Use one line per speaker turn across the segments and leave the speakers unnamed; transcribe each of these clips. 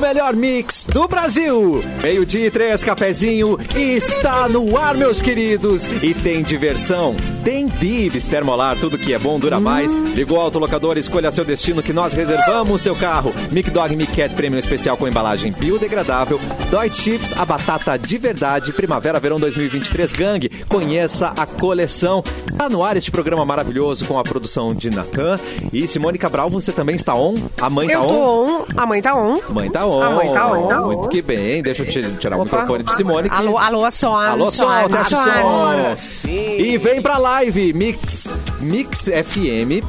melhor mix do Brasil. Meio-dia e três, cafezinho está no ar, meus queridos. E tem diversão, tem bibs termolar, tudo que é bom dura mais. Ligou o autolocador, escolha seu destino que nós reservamos seu carro. Mic Dog Mic Cat Premium Especial com embalagem biodegradável. Dói Chips, a batata de verdade. Primavera, verão 2023, gangue. Conheça a coleção. Tá no ar este programa maravilhoso com a produção de Natan. E Simone Cabral, você também está on? A mãe
Eu
tá on?
tô on, a mãe tá on.
Mãe tá on.
A mãe tá on.
Muito que bem. Deixa eu te- tirar o
Opa.
microfone de Simone. que-
Alô, alô, Soares.
Alô, som,
Soares,
teste
Soares.
som. E vem pra live Mix, Mix FM.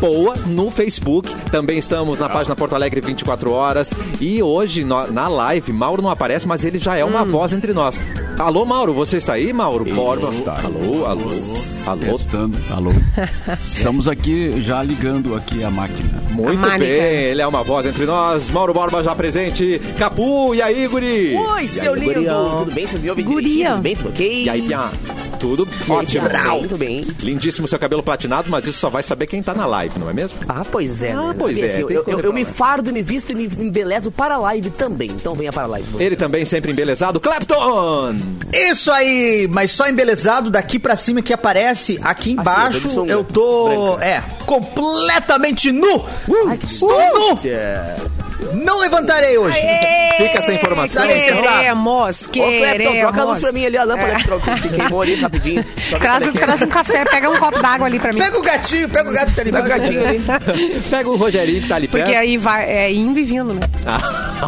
Boa no Facebook. Também estamos na página Porto Alegre 24 horas. E hoje no- na live, Mauro não aparece, mas ele já é
Hum.
uma voz entre nós. Alô, Mauro, você está aí, Mauro? Borba. Alô, alô, alô.
Testando. Alô. Estamos aqui já ligando aqui a máquina.
A
Muito
Mônica.
bem, ele é uma voz entre nós. Mauro Borba já presente. Capu, e aí, Guri?
Oi,
E
seu
aí,
lindo!
gurião?
Tudo bem? Vocês me ouvem
Guria.
direitinho? Tudo bem? Tudo ok?
E aí, Pia? Tudo ótimo.
Brau. Tudo bem?
Lindíssimo seu cabelo platinado, mas isso só vai saber quem tá na live, não é mesmo?
Ah, pois é.
Ah,
né?
pois é,
Assim, eu,
tem que
eu-
correr
eu
pra
me
lá.
fardo, me visto e me embelezo para a live também. Então venha para a live. você.
Ele também sempre embelezado, Clapton!
Isso aí, mas só embelezado daqui pra cima que aparece
Ah,
aqui
eu tô de
embaixo.
sunga.
eu tô, é, completamente nu.
Uh,
Estou nu. Não levantarei hoje.
é.
Fica essa informação.
Tá nesse-
Queremos,
Ô, Clepton, troca a luz
queremos.
pra mim ali, a lâmpada que trocou- que queimou ali rapidinho. Troca
Traz,
pra quem?
traz um café, pega um copo d'água ali pra mim.
Pega o gatinho, pega o gato que tá ali.
Pega o gatinho ali.
Pega o Rogerinho que tá ali
Porque
perto.
aí vai, é indo e vindo, né?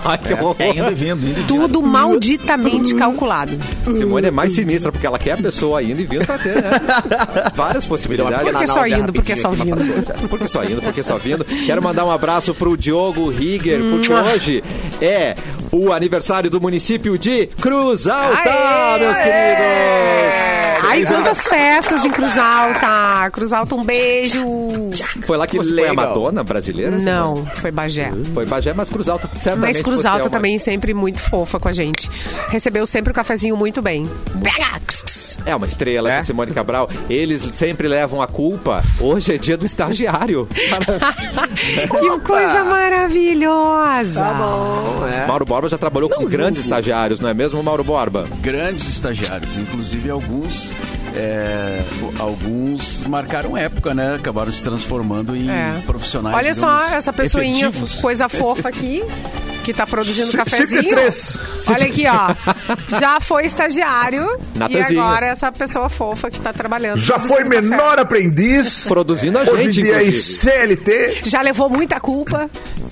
Ai, que horror.
É, indo e vindo, indo e vindo.
Tudo malditamente calculado.
Simone é mais sinistra, porque ela quer a pessoa indo e vindo pra ter, né? Várias possibilidades.
Por que só indo? Por que só vindo?
Porque só indo, porque só vindo. Quero mandar um abraço pro Diogo Rigger, porque
Hum.
hoje é o aniversário do município de Cruz Alta,
Aê,
meus queridos!
Ai,
Feliz
É, quantas festas em Cruz Alta! Cruz Alta, um beijo!
Foi lá que,
Que
você foi a
legal.
Madonna brasileira?
Não, foi Bagé.
Foi Bagé, mas Cruz Alta certamente
Mas Cruz
você é
Alta
uma-
também sempre muito fofa com a gente. Recebeu sempre o cafezinho muito bem. Pega!
É uma estrela, essa Simone Cabral. Eles sempre levam a culpa. Hoje é dia do estagiário.
que coisa maravilhosa!
Mauro Borba já trabalhou com grandes estagiários, não é mesmo, Mauro Borba?
Grandes estagiários, inclusive alguns. é, o- alguns marcaram época, né? Acabaram se transformando em
É.
profissionais.
Olha só
digamos,
essa pessoinha,
efetivos.
coisa fofa aqui, que tá produzindo cafezinho.
103.
Olha aqui, ó. Já foi estagiário e
Natanzinho.
agora essa pessoa fofa que tá trabalhando.
Já foi
produzindo café.
menor aprendiz.
Tá
Produzindo a
Hoje em
gente,
dia é
inclusive.
CLT.
Já levou muita culpa.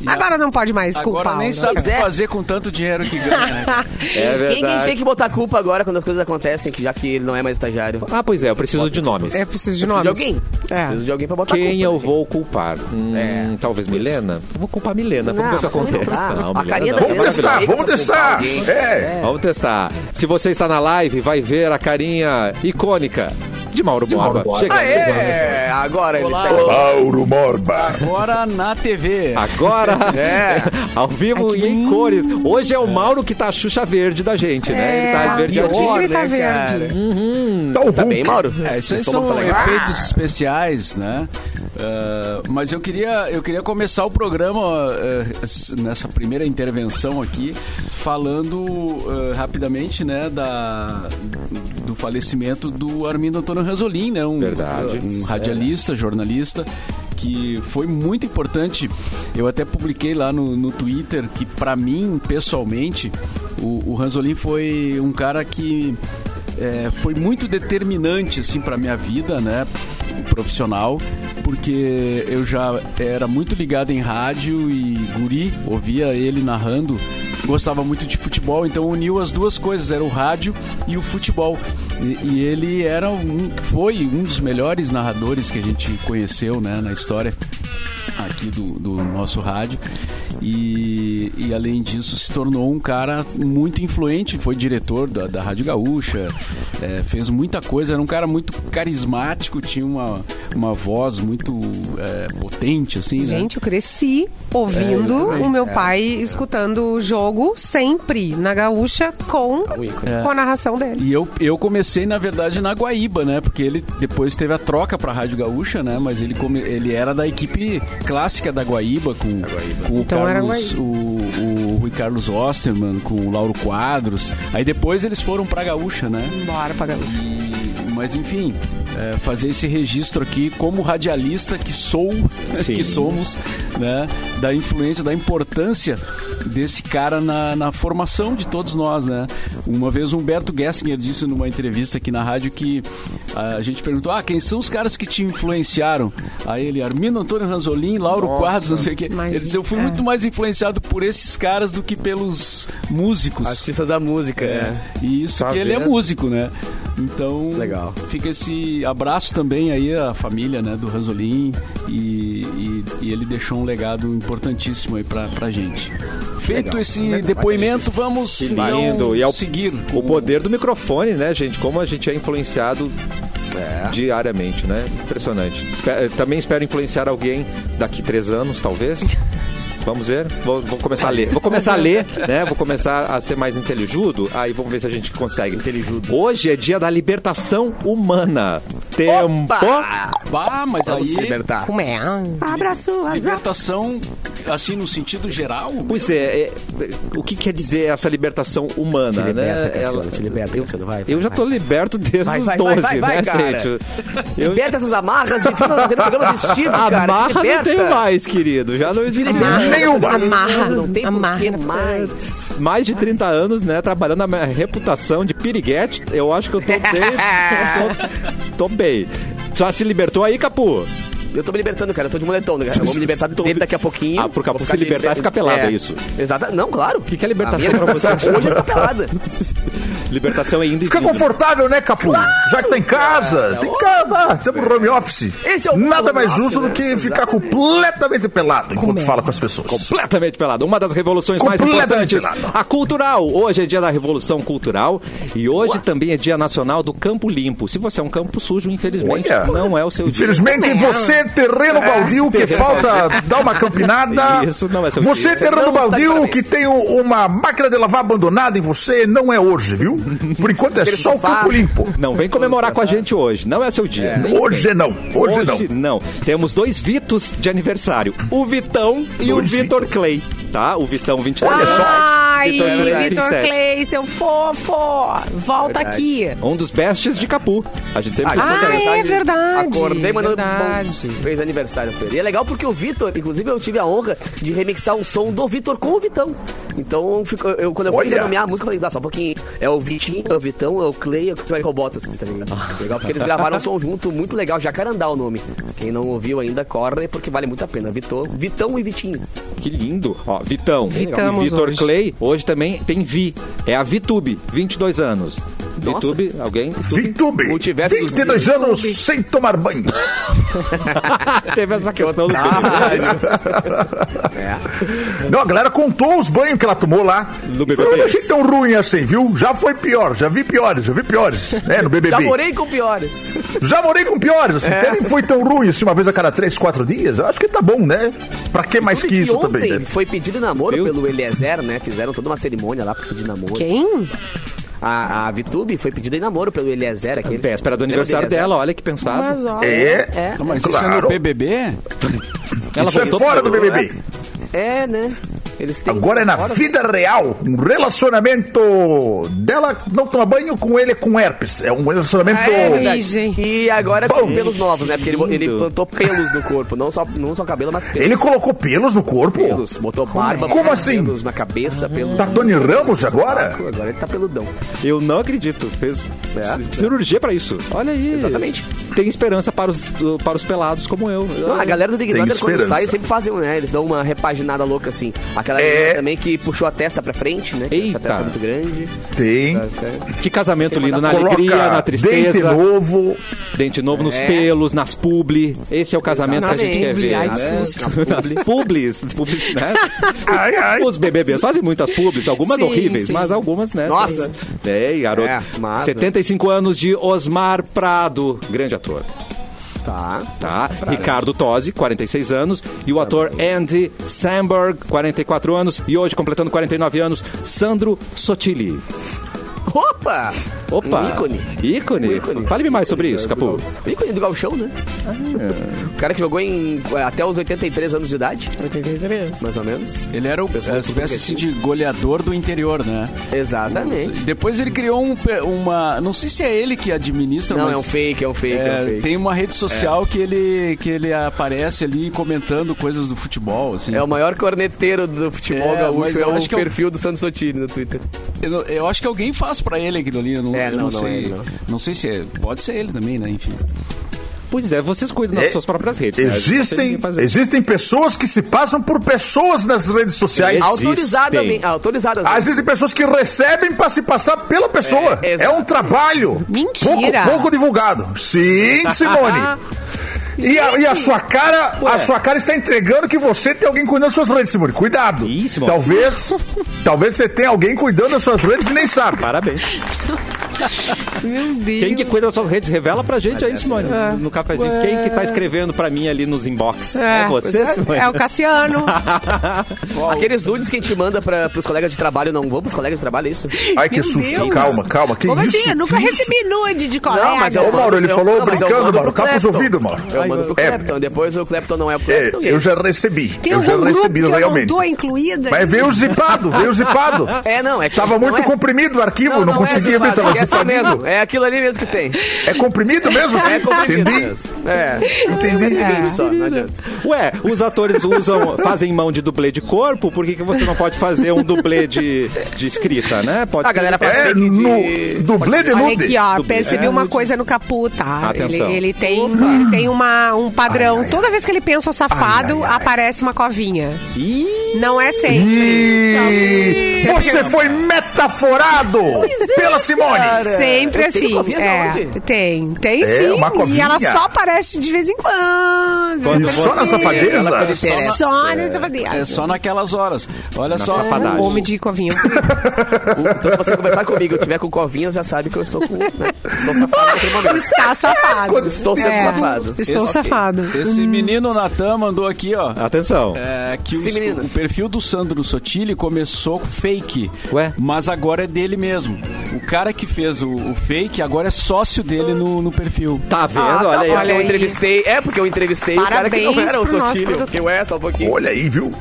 Agora não pode mais
Agora
culpar.
nem
né?
sabe o que
Zé.
fazer com tanto dinheiro que ganha, né?
Quem
É
que a gente
verdade.
tem que botar culpa agora quando as coisas acontecem, que já que ele não é mais estagiário?
Ah, pois é, eu preciso de nomes.
É preciso de
Preciso
nomes.
de alguém. Preciso
É.
de alguém pra botar
Quem
culpa.
eu
né,
vou culpar? Hum,
É.
Talvez Milena? Vou culpar Milena, vamos ver o que acontece.
dá.
Não,
A carinha da
Milena não.
Vamos
Beleza,
testar,
beleza.
vamos testar.
Alguém.
É.
Vamos testar. Se você está na live, vai ver a carinha icônica de Mauro Borba. Chega,
gente?
chega.
É, agora ele está
Olá.
Mauro Morba.
Agora na TV.
Agora,
É.
ao vivo e em cores. Hoje é o Mauro que tá a Xuxa verde da gente, né? Ele tá esverdeadinho.
pior,
Ele tá
né, cara?
verde.
Tá o
Tá bem,
Hulk.
Mauro?
É, isso aí
Vocês tomam
são
tá
pra levar?
efeitos especiais, né? Ah, mas eu queria, eu queria começar o programa ah, s- nessa primeira intervenção aqui falando ah, rapidamente, né, da, do falecimento do Armindo Antônio Ranzolin, né? Um,
Verdade.
Um radialista, jornalista que foi muito importante. Eu até publiquei lá no, no Twitter que para mim pessoalmente o, o Ranzolin foi um cara que é, foi muito determinante assim para minha vida, né, profissional, porque eu já era muito ligado em rádio e guri, ouvia ele narrando, gostava muito de futebol, então uniu as duas coisas, era o rádio e o futebol. E, e ele era um, foi um dos melhores narradores que a gente conheceu, né, na história aqui do, do nosso rádio. E, e, além disso se tornou um cara muito influente, foi diretor da, da Rádio Gaúcha, é, fez muita coisa, era um cara muito carismático, tinha uma, uma voz muito é, potente, assim, né?
Gente, eu cresci
É,
ouvindo o meu pai
É
escutando o jogo sempre na gaúcha com, com a narração dele.
E eu, eu comecei, na verdade, na Guaíba, né? Porque ele depois teve a troca pra Rádio Gaúcha, né? Mas ele, come- ele era da equipe clássica da Guaíba, com, com o,
Então era
Carlos, o, o Rui Carlos Osterman, com o Lauro Quadros. Aí depois eles foram pra Gaúcha, né?
Bora pagar.
E- mas enfim, é, fazer esse registro aqui como radialista que sou, que somos, né, da influência, da importância desse cara na, na formação de todos nós, né? Uma vez o Humberto Gessinger disse numa entrevista aqui na rádio que a gente perguntou: "Ah, quem são os caras que te influenciaram?" Aí ele, Armino Antônio Ranzolin, Lauro Quadros, não sei o quê.
imagina.
Ele disse: "Eu fui
É.
muito mais influenciado por esses caras do que pelos músicos."
Artistas da música,
É.
é.
E isso
Tá
que ele é
vendo?
músico, né? Então,
Legal.
fica esse abraço também aí à família né, do Ranzolin e, e- e ele deixou um legado importantíssimo aí pra, pra gente. Feito esse depoimento, vamos
Que
então,
lindo. E é o,
seguir
o poder do microfone, né, gente? Como a gente é influenciado
É.
diariamente, né? Impressionante. Espe- eh, Também espero influenciar alguém daqui três anos, talvez. Vamos ver? Vou, vou começar a ler. Vou começar a ler, né? Vou começar a ser mais intelijudo. Aí vamos ver se a gente consegue. Intelijudo. Hoje é dia da libertação humana. Tempo.
Bah, mas
Vamos se
aí,
libertar.
Como é?
libertação, assim, no sentido geral,
Pois é, é, o que quer dizer essa libertação humana,
Te liberta,
né?
Cassiano,
Ela-
te liberta,
eu,
Cassiano, vai,
eu já tô liberto desde
Vai,
os
vai,
12,
vai, vai, vai,
né,
cara.
gente? Eu,
Liberta essas amarras de fica fazendo
um
programa vestido, cara.
Amarra
Se
não
liberta.
tenho mais, querido. Já não existe mais.
Nenhuma.
Amarra.
Não tem né? por que
Amarra.
mais.
mais de 30 anos, né, trabalhando a minha reputação de piriguete. Eu acho que eu tô bem. tô, tô bem. Já se libertou aí, Capu?
Eu tô me libertando, cara. Eu tô de moletom, cara. Eu vou me libertar
Tô-
dele daqui a pouquinho.
Ah, pro Capu
Vou
se libertar é
de-
ficar pelado, é isso?
Exata. Não, claro. O
que é libertação pra você?
Hoje é ficar pelada.
Libertação é indo e
Fica
vindo, né?
confortável, né, Capu? Já que tá em casa, tem que ah, estamos no home office.
Esse é o
Nada
home
mais
office,
justo
né?
do que ficar completamente pelado enquanto fala com as pessoas.
completamente pelado. Uma das revoluções mais
Completamente
importantes.
pelado.
A cultural. Hoje é dia da Revolução Cultural e hoje também é dia nacional do campo limpo. Se você é um campo sujo, infelizmente,
Olha.
não é o seu dia.
Infelizmente, você, terreno baldio, que falta dar uma campinada.
Isso não é seu
Você,
filho.
terreno
Não está de
baldio,
parabéns.
que tem u- uma máquina de lavar abandonada em você, não é hoje, viu? Por enquanto é só o
sofá.
campo limpo.
Não, vem comemorar com a gente hoje. Não é seu dia. Nem
Hoje não, hoje não.
não. Temos dois Vitos de aniversário. O Vitão e
Dois
o Vitor
Vitor.
Clay, tá? O Vitão 27.
Olha só. é
Ai,
Vitor Clay,
Vitor
27.
Clay, seu fofo! Volta aqui.
Um dos bestes de Capu. A gente sempre
Ah,
conta
é
isso.
verdade,
Acordei, mandando.
verdade.
bom.
Fez aniversário pra ele. E é legal porque o Vitor, inclusive eu tive a honra de remixar um som do Vitor com o Vitão. Então, fico- eu, quando eu fui
Olha!
renomear a música, eu falei, dá só um pouquinho. É o Vitinho, é o Vitão, é o Clay, é o Michael Bottas, tá ligado?
Ah.
Legal, porque eles gravaram um som junto, muito legal. Jacarandá o nome. Quem não ouviu ainda, corre, porque vale muito a pena. Vitão, Vitão e Vitinho.
Que lindo. Ó, Vitão.
Vitamos
E Vitor
hoje.
Clay, hoje também tem Vi. É a Vitube, 22 anos. Vitube, alguém?
Vitube,
Multiverso dos
22 anos sem tomar banho.
Teve essa
é
questão do
Não, a galera contou os banhos que ela tomou lá.
No BBB.
Eu não achei tão ruim assim, viu? Já foi pior, já vi piores, já vi piores. É, no BBB.
Já morei É. com piores.
Já morei com piores, assim, até nem foi tão ruim assim, uma vez a cada 3, 4 dias. Eu Acho que tá bom, né? Pra que mais que,
Tudo
isso
ontem
também, né?
Foi pedido namoro pelo Eliezer, né? Fizeram toda uma cerimônia lá pra pedir namoro.
Quem?
A, a Vitube foi pedida em namoro pelo Eliezer aqui.
Véspera do aniversário dela, olha que pensado.
Mas olha.
É,
É,
Tá, mas isso é
Claro.
no BBB?
Ela
isso é
voltou
fora
pro
do BBB.
é, né? Eles têm
Agora é na
Agora-
vida real. Um relacionamento dela não toma banho com ele é com herpes. É um relacionamento.
Ah,
Ai, gente.
E agora
Bom.
tem pelos novos, né? Porque ele, ele
Lindo.
plantou pelos no corpo, não só, não só cabelo, mas pelos.
Ele colocou pelos no corpo.
Pelos, botou barba,
Como assim?
pelos na cabeça, pelos.
Tá Tony Ramos agora?
Agora ele tá peludão.
Eu não acredito. Fez
É.
cirurgia pra isso. Olha aí.
Exatamente.
Tem esperança para os, para os pelados como eu.
Não, a galera do Big
Tem
Brother, quando
esperança.
sai, sempre fazem, né? Eles dão uma repaginada louca, assim. Aquela
É.
menina também que puxou a testa pra frente, né? Que
Eita.
A testa muito grande.
Tem.
Que casamento lindo, na
Coloca
alegria, na
Dente
tristeza.
novo.
Dente novo nos pelos, nas publi. Esse é o casamento que a gente quer
É. Exatamente.
ver.
Ai, que
né?
susto.
Nas publis. publis né? Os BBBs fazem muitas publis, algumas
Sim,
horríveis,
sim.
mas algumas, né?
Nossa.
É, garoto.
É, mas-
75 anos de Osmar Prado, grande ator.
Tá.
Tá? Ricardo Tosi, 46 anos, e o ator Andy Samberg, 44 anos, e hoje completando 49 anos, Sandro Sotili.
Opa!
Opa!
Um ícone.
Ícone?
Um ícone.
Fale-me mais sobre isso, Capu.
Ícone do Galchão, né? O cara que jogou em, até os 83 anos de idade, mais ou menos.
Ele era o,
Pessoal
uma
que
espécie assim,
fica
de goleador do interior, né?
Exatamente.
Depois ele criou um pe- uma. Não sei se é ele que administra,
Não,
mas.
é um fake, é um fake, é,
é,
um fake.
tem uma rede social que, ele, que ele aparece ali comentando coisas do futebol, assim.
É o maior corneteiro do futebol
É, mas
gaúcho, é
eu
o
acho que eu-
perfil do Santos Sotini no Twitter.
Eu, eu acho que alguém faz pra ele aquilo ali, eu não,
É,
eu
não,
não
não é
sei.
ele, não.
não sei se é. Pode ser ele também, né? Enfim.
Pois é, vocês cuidam das
É,
suas próprias redes. né? Não tem
Existem,
ninguém fazendo.
existem pessoas que se passam por pessoas nas redes sociais.
Existe.
Autorizadamente, autorizadamente.
Ah, Existem pessoas que recebem para se passar pela pessoa.
É,
É,
exato.
um trabalho.
Mentira.
Pouco, pouco divulgado. Sim, Simone. E a, e a sua cara, a sua cara está entregando que você tem alguém cuidando das suas redes, Simone. Cuidado.
Ih, Simone.
Talvez, talvez você tenha alguém cuidando das suas redes e nem sabe.
Parabéns.
Meu Deus.
Quem que cuida das suas redes, revela pra gente aí, Simone,
é.
no cafezinho. Quem que tá escrevendo pra mim ali nos inbox? É, você, Simone?
é o Cassiano.
Aqueles nudes que a gente manda pra, pros colegas de trabalho, não vão pros colegas de trabalho, é isso?
Ai, que
Meu
susto.
Deus.
Calma, calma. Que
Como
isso?
assim? Eu nunca
que
recebi nude de colega.
Não, mas é o
Ô, Mauro, ele
Eu-
falou
não, mas eu
brincando,
mando
Mauro.
pro
Capa os
Clepton.
ouvidos, Mauro.
Eu mando pro
É.
Clepton, depois o Clepton não é o
É,
Clepton. e aí?
eu já recebi.
Tem
eu já
algum grupo que
recebi,
eu não
realmente.
tô incluída?
Mas veio zipado, veio zipado.
É, não, é que
Tava muito
não é-
comprimido o arquivo, não, conseguia abrir, tava
é essa
zipadinho.
mesmo, é aquilo ali mesmo que tem.
É comprimido mesmo?
É comprimido
Entendi,
mesmo. É,
entendi.
é. só, não adianta.
Ué, os atores usam, fazem mão de dublê de corpo, por que, que você não pode fazer um dublê de, de escrita, né? Pode
A galera faz
É,
fake
no
de...
dublê de
Olha
nude.
aqui, ó,
É,
percebi uma coisa no Capu, tá? Ele,
Atenção.
ele tem, ele tem uma, um padrão. Toda vez que ele pensa safado, aparece uma covinha.
Ih,
Não é sempre.
E você foi metaforado
é,
pela Simone.
Sempre
Eu tenho
assim.
covinhas
é,
aonde?
tem, tem
É,
sim.
uma
e
covinha.
ela só aparece de vez em quando.
Quando
E só na
você-
safadeza?
Ela foi-
só na-
Só nessa vadeira.
Ah,
É só naquelas horas. Olha só.
safadagem.
Um Homem de covinha.
Então se você conversar comigo, eu tiver com covinhas, já sabe que eu estou com... Né? Estou safado naquele momento.
Está safado.
Estou sendo
É,
safado.
Estou
Esse-
safado.
Esse menino Natan mandou aqui, ó.
Atenção.
É, que
Sim, menino.
o, o perfil do Sandro Sotile começou com fake.
Ué?
Mas agora é dele mesmo. O cara que fez o, o fake agora é sócio dele no, no perfil.
Tá vendo?
Ah, tá
olha aí.
bom,
ó.
olha
eu
aí.
entrevistei. É porque eu entrevistei o cara que não
Parabéns
era o
pro nosso
Sotilho.
produtor.
Que é, só um pouquinho.
Olha aí, viu?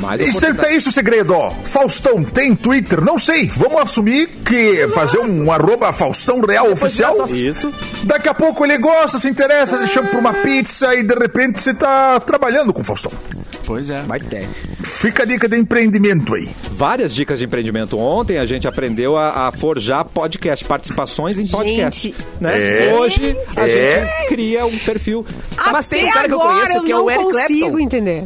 Mais
Isso é, isso é segredo, ó. Faustão tem Twitter? Não sei. Vamos assumir que fazer um arroba Faustão Real Oficial?
só-
Isso.
Daqui a pouco ele gosta, se interessa, deixa pra uma pizza e de repente você tá trabalhando com o Faustão.
Pois é.
Vai ter.
Fica a dica de empreendimento aí.
Várias dicas de empreendimento. Ontem a gente aprendeu a, a forjar podcast, participações em podcast.
Gente.
né?
É.
Hoje a
É.
gente cria um perfil.
Mas tem um
Até
cara que eu
agora
conheço que é o
não
Eric
consigo
Clapton.
entender.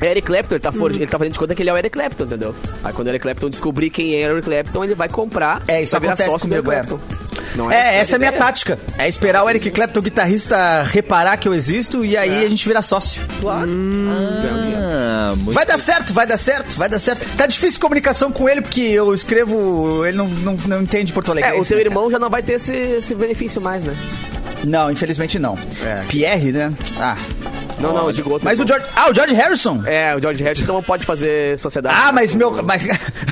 É Eric Clapton, ele tá, for... ele tá fazendo de conta que ele é o Eric Clapton, entendeu? Aí quando o Eric Clapton descobrir quem é o Eric Clapton, ele vai comprar.
É, isso
vai virar
acontece
sócio do Eric
comigo, é.
Clapton. Não
É, essa é a minha
ideia.
tática. É esperar o Eric Clapton, guitarrista, reparar que eu existo e
É.
aí a gente vira sócio.
Claro.
Hum.
é.
Ah, muito
Vai dar certo, vai dar certo, vai dar certo. Tá difícil comunicação com ele porque eu escrevo, ele não, não, não entende Porto Alegre.
É, o seu
né,
irmão já não vai ter esse, esse benefício mais, né?
cara? Não, infelizmente não.
É.
Pierre, né? Ah.
Não, não, eu digo outro.
Mas o
irmão.
George. Ah, o George Harrison?
É, o George Harrison não pode fazer sociedade.
Ah, mas meu. Mas,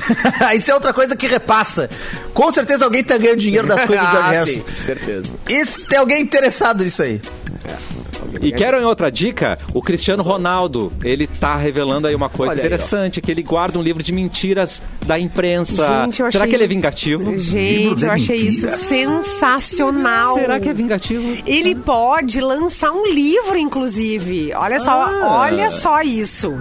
isso é outra coisa que repassa. Com certeza alguém tá ganhando dinheiro das coisas do George
ah,
Harrison.
sim, certeza.
Isso tem alguém interessado nisso aí.
E querem outra dica? O Cristiano Ronaldo, ele tá revelando aí uma coisa
Olha aí,
interessante, que ele guarda um livro de mentiras da imprensa.
Gente, eu
Será
achei-
que ele é vingativo?
Livro
Gente,
de
eu achei isso
mentiras.
sensacional.
Será que é vingativo?
Ele pode lançar um livro, inclusive. Olha só,
Ah.
olha só isso.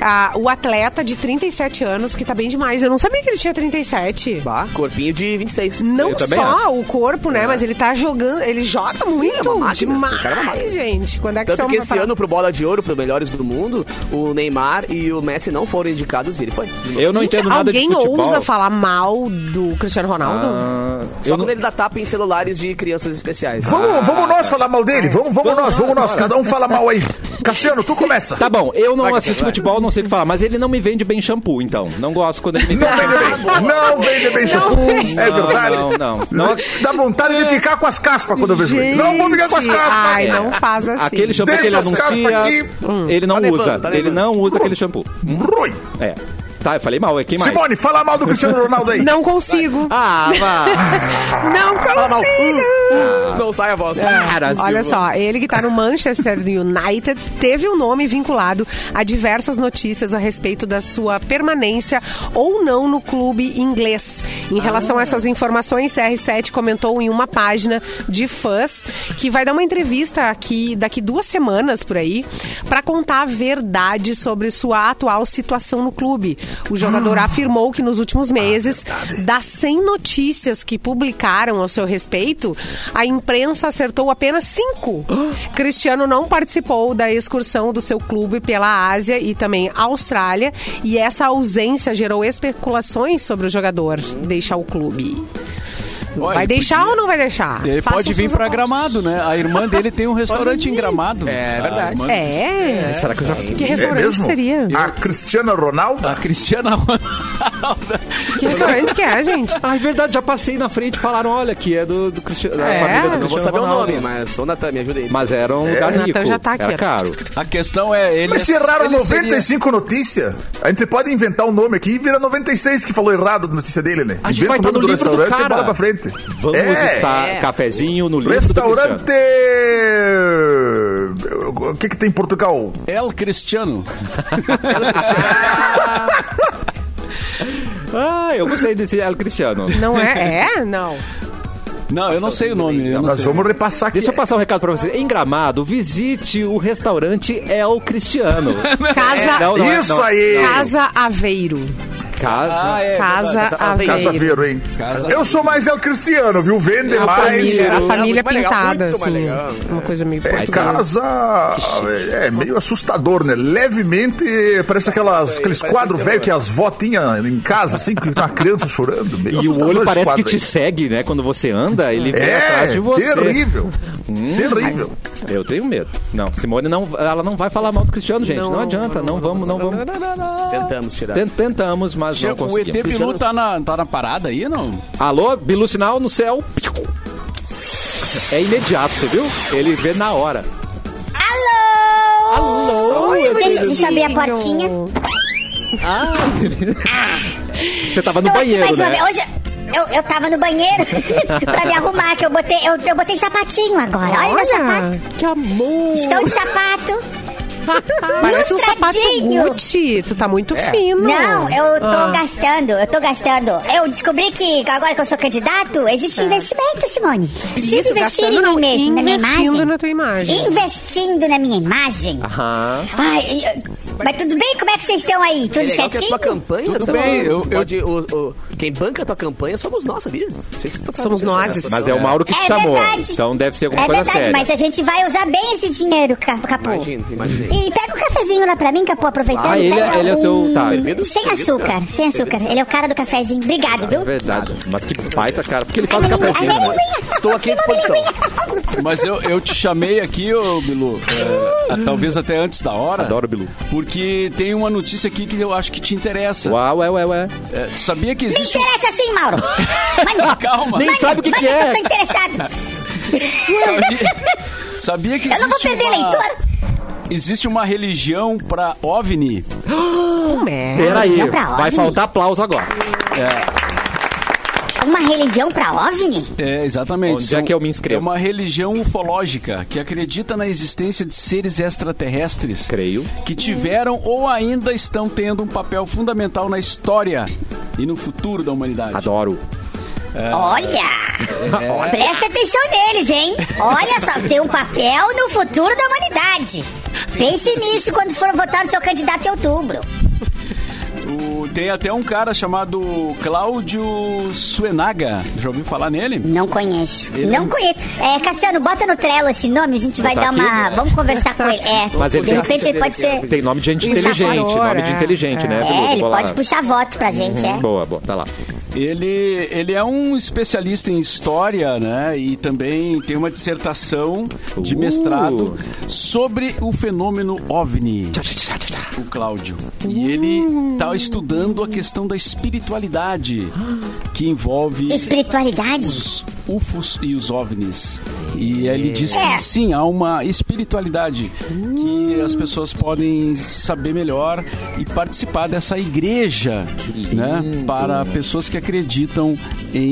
Ah, o atleta de 37 anos, que tá bem demais. Eu não sabia que ele tinha 37.
Bah, corpinho de 26.
Não
Eu também
só
acho. É.
o corpo, né? Mas ele tá jogando, ele joga muito,
uma máquina. O cara é uma máquina.
demais, gente. Quando é que isso é
Tanto que
uma
esse
parada?
ano, pro Bola de Ouro, pro Melhores do Mundo, o Neymar e o Messi não foram indicados e ele foi.
Eu não
Gente,
entendo nada de
alguém
futebol.
ousa falar mal do Cristiano Ronaldo?
Ah,
Só
eu
quando
não-
ele dá tapa em celulares de crianças especiais.
Vamos, vamos nós falar mal dele? Vamos, vamos nós, vamos nós. Cada um fala mal aí. Cassiano, tu começa.
Tá bom, eu não
Vai,
assisto
vai.
futebol, não sei o que falar, mas ele não me vende bem shampoo, então. Não gosto quando ele me
Não
vende.
vende bem. Não vende bem shampoo. É
Não,
verdade.
não, não. Não-
Dá vontade de ficar com as caspas quando eu vejo ele. Não vou ficar com as
Gente,
caspas.
Ai, não faz assim.
Ah, é. Aquele shampoo
Deixa
que ele
as caspas
anuncia,
aqui.
ele não
Tá
usa.
levando, tá
ele
levando.
não usa aquele shampoo.
Rui.
É. Tá, eu falei mal, é quem mais?
Simone, fala mal do Cristiano Ronaldo aí.
Não consigo.
Ah, vá.
Não consigo.
Ah,
Não sai a voz.
Cara,
Olha
Silva.
só, ele que está no Manchester United teve o nome vinculado a diversas notícias a respeito da sua permanência ou não no clube inglês. Em relação a essas informações, CR7 comentou em uma página de fãs que vai dar uma entrevista aqui daqui duas semanas por aí para contar a verdade sobre sua atual situação no clube. O jogador
Ah.
afirmou que nos últimos meses, das 100 notícias que publicaram ao seu respeito, a imprensa acertou apenas cinco.
Ah.
Cristiano não participou da excursão do seu clube pela Ásia e também Austrália, e essa ausência gerou especulações sobre o jogador deixar o clube.
Olha,
Vai
ele
deixar
podia-
ou não vai deixar?
Ele
Faça
pode
os
vir
seus
pra
acordos.
Gramado, né? A irmã dele tem um restaurante em Gramado. É
verdade.
É.
Será que eu já fiquei?
Que restaurante seria?
É A Cristiana Ronaldo?
A Cristiana Ronaldo.
Que restaurante que é, gente?
Ah, é verdade, já passei na frente e falaram, olha, que é do, do Cristiano, da
É?
família do
Não
Não vou
Cristiano
saber
Ronaldo.
o nome, mas... Ô, Natan, me ajuda aí.
Mas era
É.
um lugar
O Natan
rico,
já tá aqui,
era
ó.
caro.
A questão é, ele
Mas se erraram
ele seria-
95 notícias, a gente pode inventar um nome aqui e vira 96 que falou errado da notícia dele, né?
A gente
Inventa
vai
o
estar
nome
no
do
livro do
restaurante e
cara.
bola pra frente.
Vamos
É.
estar cafezinho no livro do Cristiano.
Restaurante... O que que tem em Portugal?
El Cristiano.
Ah, eu gostei desse El Cristiano.
Não é? É? Não.
Não, eu não sei o nome. Eu não
Nós
sei.
vamos repassar aqui.
Deixa eu passar um recado pra vocês. Em Gramado, visite o restaurante El Cristiano.
Casa,
Não, não é,
Isso
não.
aí!
casa Aveiro.
Casa.
Ah, é.
Casa Aveiro.
Casa Vero, hein? eu sou mais El Cristiano, viu? Vende
A
é mais.
família, a
Muito
família
mais legal,
pintada,
muito mais
assim.
legal.
Uma coisa meio
É,
portuguesa.
casa é meio assustador, né? Levemente parece aquelas, aqueles quadros velhos que as vó tinha em casa, assim, que tem uma criança chorando. Meio
E o
assustador
olho
esse
parece que
quadro
te
tá aí.
segue, né? Quando você anda, ele vem
É,
atrás de você. Hum.
terrível. Terrível.
Eu tenho medo. Não, Simone não, ela não vai falar mal do Cristiano, gente. Não, adianta, não, vamos, não vamos.
Tentamos tirar.
Tent- Tentamos, mas não
O ET
conseguimos.
Bilu tá na, tá na parada aí, não?
Alô, Bilu sinal no céu. Piu. É imediato, você viu? Ele vê na hora.
Alô!
Oi,
Deixa,
bonitinho.
deixa eu abrir a portinha.
Você tava no
Tô aqui
banheiro,
mais uma
né?
vez. Hoje eu, eu tava no banheiro pra me arrumar, que eu botei, eu, eu botei sapatinho agora. Olha, meu sapato.
que amor.
Estou de sapato.
Parece um sapato
Lustradinho.
Gucci. Tu tá muito fino.
Não, eu tô
Ah.
gastando, eu tô gastando. Eu descobri que agora que eu sou candidato, existe investimento, Simone. Preciso
É. Isso,
investir
gastando
em
não,
mim mesmo, na minha
investindo
imagem.
na tua imagem.
Investindo na minha imagem.
Aham.
Ai, eu- mas tudo bem? Como é que vocês estão aí? Tudo
É legal que a
certinho?
tua campanha...
Tudo
você
bem,
pode-
eu- eu-
pode- o- o- quem banca a tua campanha somos nós, sabia? Sei que você tá sabendo
Somos
disso,
nós.
né?
Mas é o Mauro que te
É
chamou.
verdade.
Então deve ser alguma
É
coisa
verdade,
séria.
mas a gente vai usar bem esse dinheiro, Ca- Capu.
Imagina, imagina.
E pega um cafezinho lá pra mim, Capô, aproveitando.
Ah, ele é-
pega
ele é seu-
um-
tá.
Sem açúcar, sem açúcar. Ele é o cara do cafezinho. Obrigado, viu? é
É verdade. Mas que baita, cara. Porque ele faz
Ai,
o cafezinho,
ai,
né?
ai, ai.
Estou aqui à disposição.
Mas eu, eu te chamei aqui, ô Bilu, é, a- talvez até antes da hora.
Adoro o Bilu.
Porque tem uma notícia aqui que eu acho que te interessa.
Uau, ué, ué, ué.
É, tu sabia que
Me
existe um...
interessa sim, Mauro. Manda,
Calma.
Nem sabe o que que
manda
é.
eu tô interessado.
Sabia, sabia que
Eu não vou
existe
perder
uma...
leitor.
Existe uma religião pra OVNI.
Como é?
Peraí,
Visão pra
vai
OVNI.
faltar aplauso agora.
Uma religião pra OVNI?
É, exatamente.
Onde é que eu me inscrevo?
É uma religião ufológica que acredita na existência de seres extraterrestres.
Creio.
Que tiveram ou ainda estão tendo um papel fundamental na história e no futuro da humanidade.
Adoro.
É.
Olha! Presta atenção neles, hein? Olha só, tem um papel no futuro da humanidade. Pense nisso quando for votar no seu candidato em outubro.
O- tem até um cara chamado Cláudio Suenaga. Já ouviu falar nele?
Não conheço. Não conheço. É, Cassiano, bota no Trello esse nome, a gente vai
Botar
dar uma.
aqui?
Vamos conversar com ele. É.
Mas ele
de
tem-
repente ele pode ser.
Tem nome de gente
Um
inteligente.
safador,
Nome de
é.
inteligente, né, Bilu?
É, ele
Vou lá.
pode puxar voto pra gente, é.
Boa, boa. Tá lá.
Ele, ele é um especialista em história, né? E também tem uma dissertação de
Uh.
mestrado sobre o fenômeno OVNI. O Cláudio. E ele tá estudando a questão da espiritualidade que envolve
Espiritualidade?
os, UFOs e os OVNIs. E
É.
ele diz que sim, há uma espiritualidade que
Hum.
as pessoas podem saber melhor e participar dessa igreja, né? Para pessoas que acreditam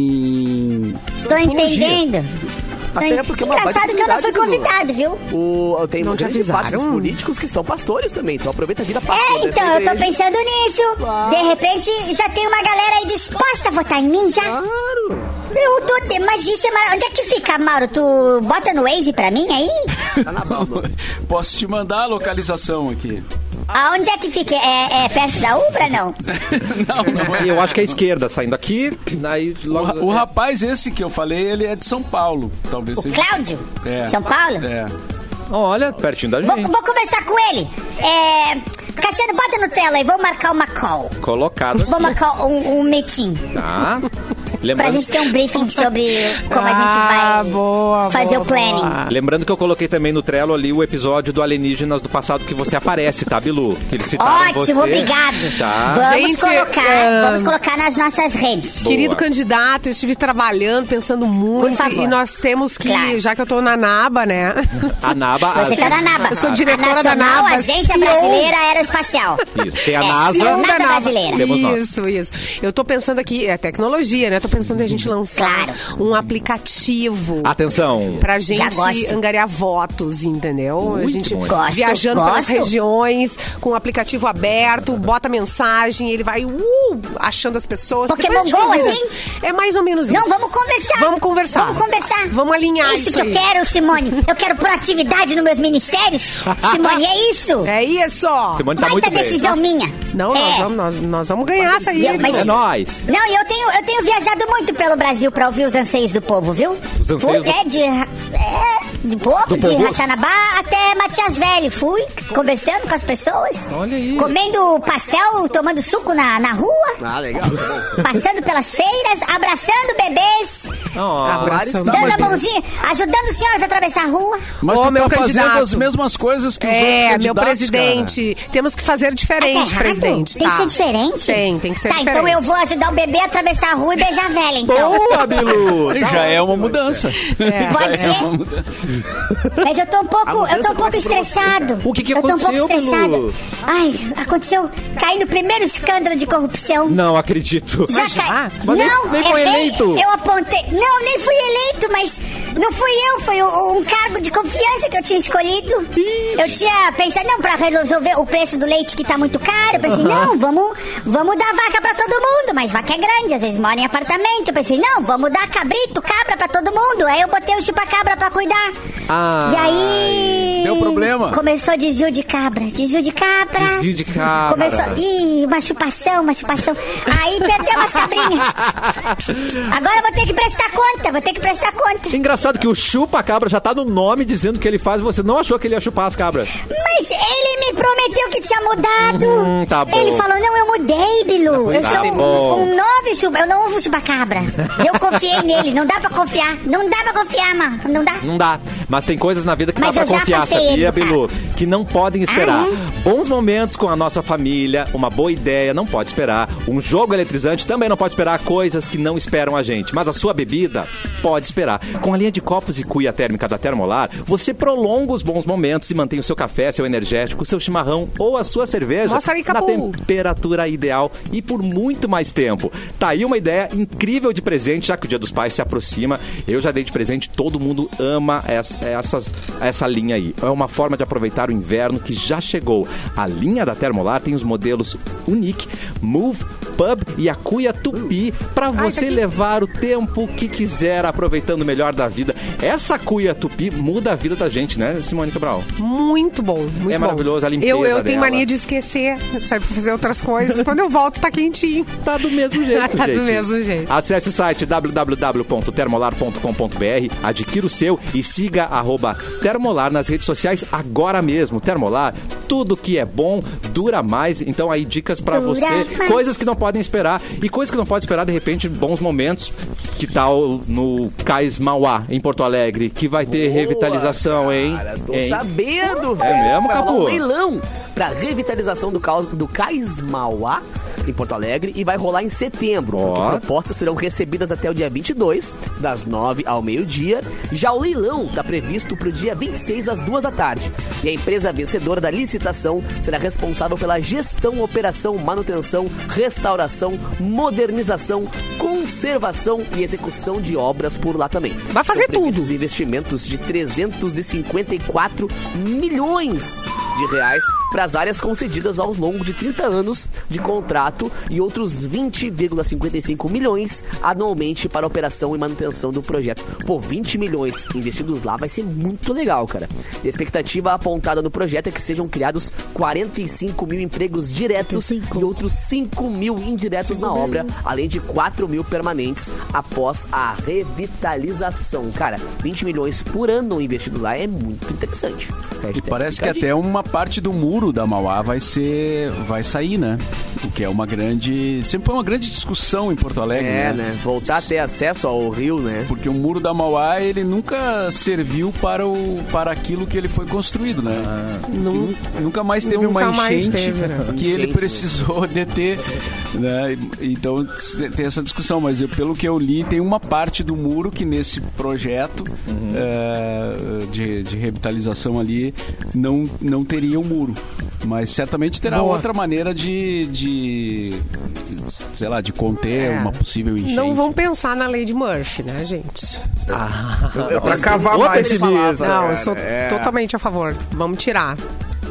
em
Tô
ufologia.
entendendo. Tô
Até
en-
porque é uma baita
Engraçado que eu não fui
habilidade, Dudu.
convidado, viu?
O, eu tenho
Não te
grandes
avisaram?
pastores políticos que são pastores também. Então aproveita a vida pastor.
É,
dessa
então, eu tô
igreja.
pensando nisso. De repente, já tem uma galera aí disposta a votar em mim já. Eu tô. de- Mas isso é maravilhoso. Onde é que fica, Mauro? Tu bota no Waze pra mim aí?
Tá
Posso te mandar a localização aqui.
Aonde é que fica? É, é perto da Ubra, não?
Eu acho que é a esquerda, saindo aqui, aí
O, ra-
logo...
o
É.
rapaz esse que eu falei, ele é de São Paulo. Talvez
O
seja.
Cláudio?
É.
São Paulo?
É.
Olha, pertinho da
Vou,
gente.
vou conversar com ele. É. Cassiano, bota no tela aí, vou marcar uma call.
Colocado.
Vou marcar um, um meeting.
Tá.
Pra
Lembrando,
gente ter um briefing sobre como a
É, Ah,
gente vai
boa,
fazer
boa,
o planning.
boa.
lembrando que eu coloquei também no Trello ali o episódio do Alienígenas do passado que você aparece, tá, Bilu? Que eles citaram você.
Ótimo, obrigado.
Tá.
Vamos
Gente, ah,
colocar,
ahn,
vamos colocar nas nossas redes.
Querido candidato, eu estive trabalhando, pensando muito.
favor.
E nós temos que,
Claro.
já que eu tô na NABA, né?
A Naba...
Você
a-
tá na NABA.
Eu sou diretora
a
da
Nacional
NABA,
Agência
CEO.
Brasileira Aeroespacial.
Isso, tem a
É,
NASA.
CEO.
Não
NASA
dá nada.
brasileira.
Temos nós.
Isso, isso. Eu tô pensando aqui, é tecnologia, né? Tô pensando em a gente lançar um aplicativo.
Atenção.
Pra
Já
gente
gosto.
angariar votos, entendeu? a gente
bom.
Gosto,
viajando pelas
gosto.
regiões, com o aplicativo aberto, bota mensagem, ele vai uh, achando as pessoas. Depois a
Pokémon
gente
Go,
combina.
assim?
É mais ou menos isso.
Não, vamos conversar.
Vamos conversar.
Vamos conversar.
Vamos alinhar
isso.
isso
que eu
aí.
quero, Simone. Eu quero proatividade nos meus ministérios. Simone, é isso.
É isso!
Simone tá
Baita
muito bem.
decisão minha.
Não,
é.
nós, vamos, nós, nós vamos ganhar essa aí.
Eu- mas-
É nóis.
Não, e eu tenho, eu tenho viajado muito pelo Brasil pra ouvir os anseios do povo, viu?
Os anseios
Tu- É, de, ra- é, de povo,
Do
de
povo?
Ratanabá até Matias Velho. Fui conversando com as pessoas.
Olha aí.
Comendo pastel, tomando suco na, na rua.
Ah, legal. tá bom.
Passando pelas feiras, abraçando bebês,
Abração.
Não, mas
dando a
tem-
mãozinha, ajudando os senhores a atravessar a rua.
Mas
Ô,
tu
meu
tá fazendo
candidato.
as mesmas coisas que os outros
É,
candidatos,
meu presidente. Temos que fazer
Tá
diferente,
errado?
presidente.
Tem
tá.
que ser diferente?
Tem, tem que ser
tá,
diferente.
então eu vou ajudar o bebê a atravessar a rua e beijar a velha, então.
Boa, Bilu!
cara.
Tá
Já é uma mudança.
Pode
É uma
ser?
mudança.
Mas eu tô um pouco, eu tô um pouco
começa por você,
estressado.
O que que
eu tô um pouco
aconteceu,
estressada.
Bilu?
Ai, aconteceu. Caí no primeiro escândalo de corrupção.
Não acredito.
ca-
Mas nem-
não,
nem
é
foi
bem-
eleito.
Eu apontei. Não, nem fui eleito, mas não fui eu, foi o- um cargo de confiança que eu tinha escolhido. Eu tinha pensado, não, pra resolver o preço do leite que tá muito caro. Eu pensei, não, vamos, vamos dar vaca pra todo mundo, mas vaca é grande, às vezes mora em apartamento. Eu pensei, não, vamos dar cabrito, cabra pra todo mundo. Aí eu botei o chupacabra pra cuidar. e aí.
deu problema.
Começou desvio de cabra. Desvio de cabra.
Desvio de cabra.
Começou. Ih, uma chupação, uma chupação. Aí perdeu umas cabrinhas. Agora eu vou ter que prestar conta, vou ter que prestar conta.
Engraçado que o chupa-cabra já tá no nome dizendo que ele faz e você não achou que ele ia chupar as cabras.
Mas ele me prometeu que tinha mudado.
Hum, tá bom.
Ele falou, não, eu mudei, Bilu. eu
tá
sou
bom.
um, um novo chupa, eu não ouvo chupacabra. Eu confiei nele, não dá pra confiar. Não dá pra confiar, mano, não dá.
Não dá. Mas tem coisas na vida que
Mas
dá
eu
pra
já
confiar,
passei Ah, é?
sabia,
ele,
Bilu? Que não podem esperar. Bons momentos com a nossa família, uma boa ideia não pode esperar. Um jogo eletrizante também não pode esperar coisas que não esperam a gente. Mas a sua bebida pode esperar. Com a linha de copos e cuia térmica da Termolar, você prolonga os bons momentos e mantém o seu café, seu energético, seu chimarrão ou a sua cerveja
Mostra aí,
na
Capu.
tem- temperatura ideal e por muito mais tempo. Tá aí uma ideia incrível de presente, já que o Dia dos Pais se aproxima. Eu já dei de presente, todo mundo ama essa, essas- essa linha aí. É uma forma de aproveitar o inverno que já chegou. A linha da Termolar tem os modelos Unique, Move, Pub e a Cuia Tupi para
tá
você levar o tempo que quiser, aproveitando o melhor da vida. Essa Cuia Tupi muda a vida da gente, né, Simone Cabral?
Muito bom, muito
É
bom.
maravilhoso, a limpeza
Eu, eu tenho
dela.
mania de esquecer, sabe, pra fazer outras coisas. Quando eu volto, tá quentinho.
Tá do mesmo jeito,
Tá do
gente.
mesmo jeito.
Acesse o site www.termolar.com.br, adquira o seu e siga arroba Termolar nas redes sociais agora mesmo. Termolar, tudo que é bom dura mais. Então aí dicas pra
Dura
você,
mais.
coisas que não podem esperar e coisas que não pode esperar de repente bons momentos. Que tal no Cais Mauá em Porto Alegre, que vai ter
Boa,
revitalização, hein?
Cara, tô
Hein? É
sabendo, velho.
mesmo,
Vai rolar
Capu?
Um leilão pra revitalização do, caos, do Cais Mauá em Porto Alegre e vai rolar em setembro.
Ó.
porque Propostas serão recebidas até o dia 22, das 9 ao meio-dia. Já o leilão está previsto para o dia 26 às 2 da tarde. E a empresa vencedora da licitação será responsável pela gestão, operação, manutenção, restauração, modernização, conservação e execução de obras por lá também.
Vai fazer
São previstos
tudo.
Investimentos de 354 milhões de reais para as áreas concedidas ao longo de 30 anos de contrato e outros 20,55 milhões anualmente para a operação e manutenção do projeto. Pô, 20 milhões investidos lá vai ser muito legal, cara. E a expectativa apontada no projeto é que sejam criados 45 mil empregos diretos e outros 5 mil indiretos na obra, além de 4 mil permanentes após a revitalização. Cara, 20 milhões por ano investido lá é muito interessante.
E
Hashtag
parece
fica
que
é a dica.
até uma parte do muro da Mauá vai ser. vai sair, né? O que é uma grande. Sempre foi uma grande discussão em Porto Alegre.
É, né? Voltar a ter acesso ao rio,
É.
né?
Porque o muro da Mauá, ele nunca serviu para, o, para aquilo que ele foi construído, né? Nu- nunca mais teve
Ah. nunca
uma
mais
enchente
teve, né?
que ele
Enchente.
precisou deter. Né? Então se- tem essa discussão, mas eu- pelo que eu li, tem uma parte do muro que nesse projeto
Uhum.
eh, de, de revitalização ali não, não teria o muro. Mas certamente terá outra maneira de, de, sei lá, de conter
É.
uma possível enchente.
Não vão pensar na Lady Murphy, né, gente?
Dá pra cavar
Ô,
mais.
pessimista.
Não, eu sou
É.
totalmente a favor. Vamos tirar.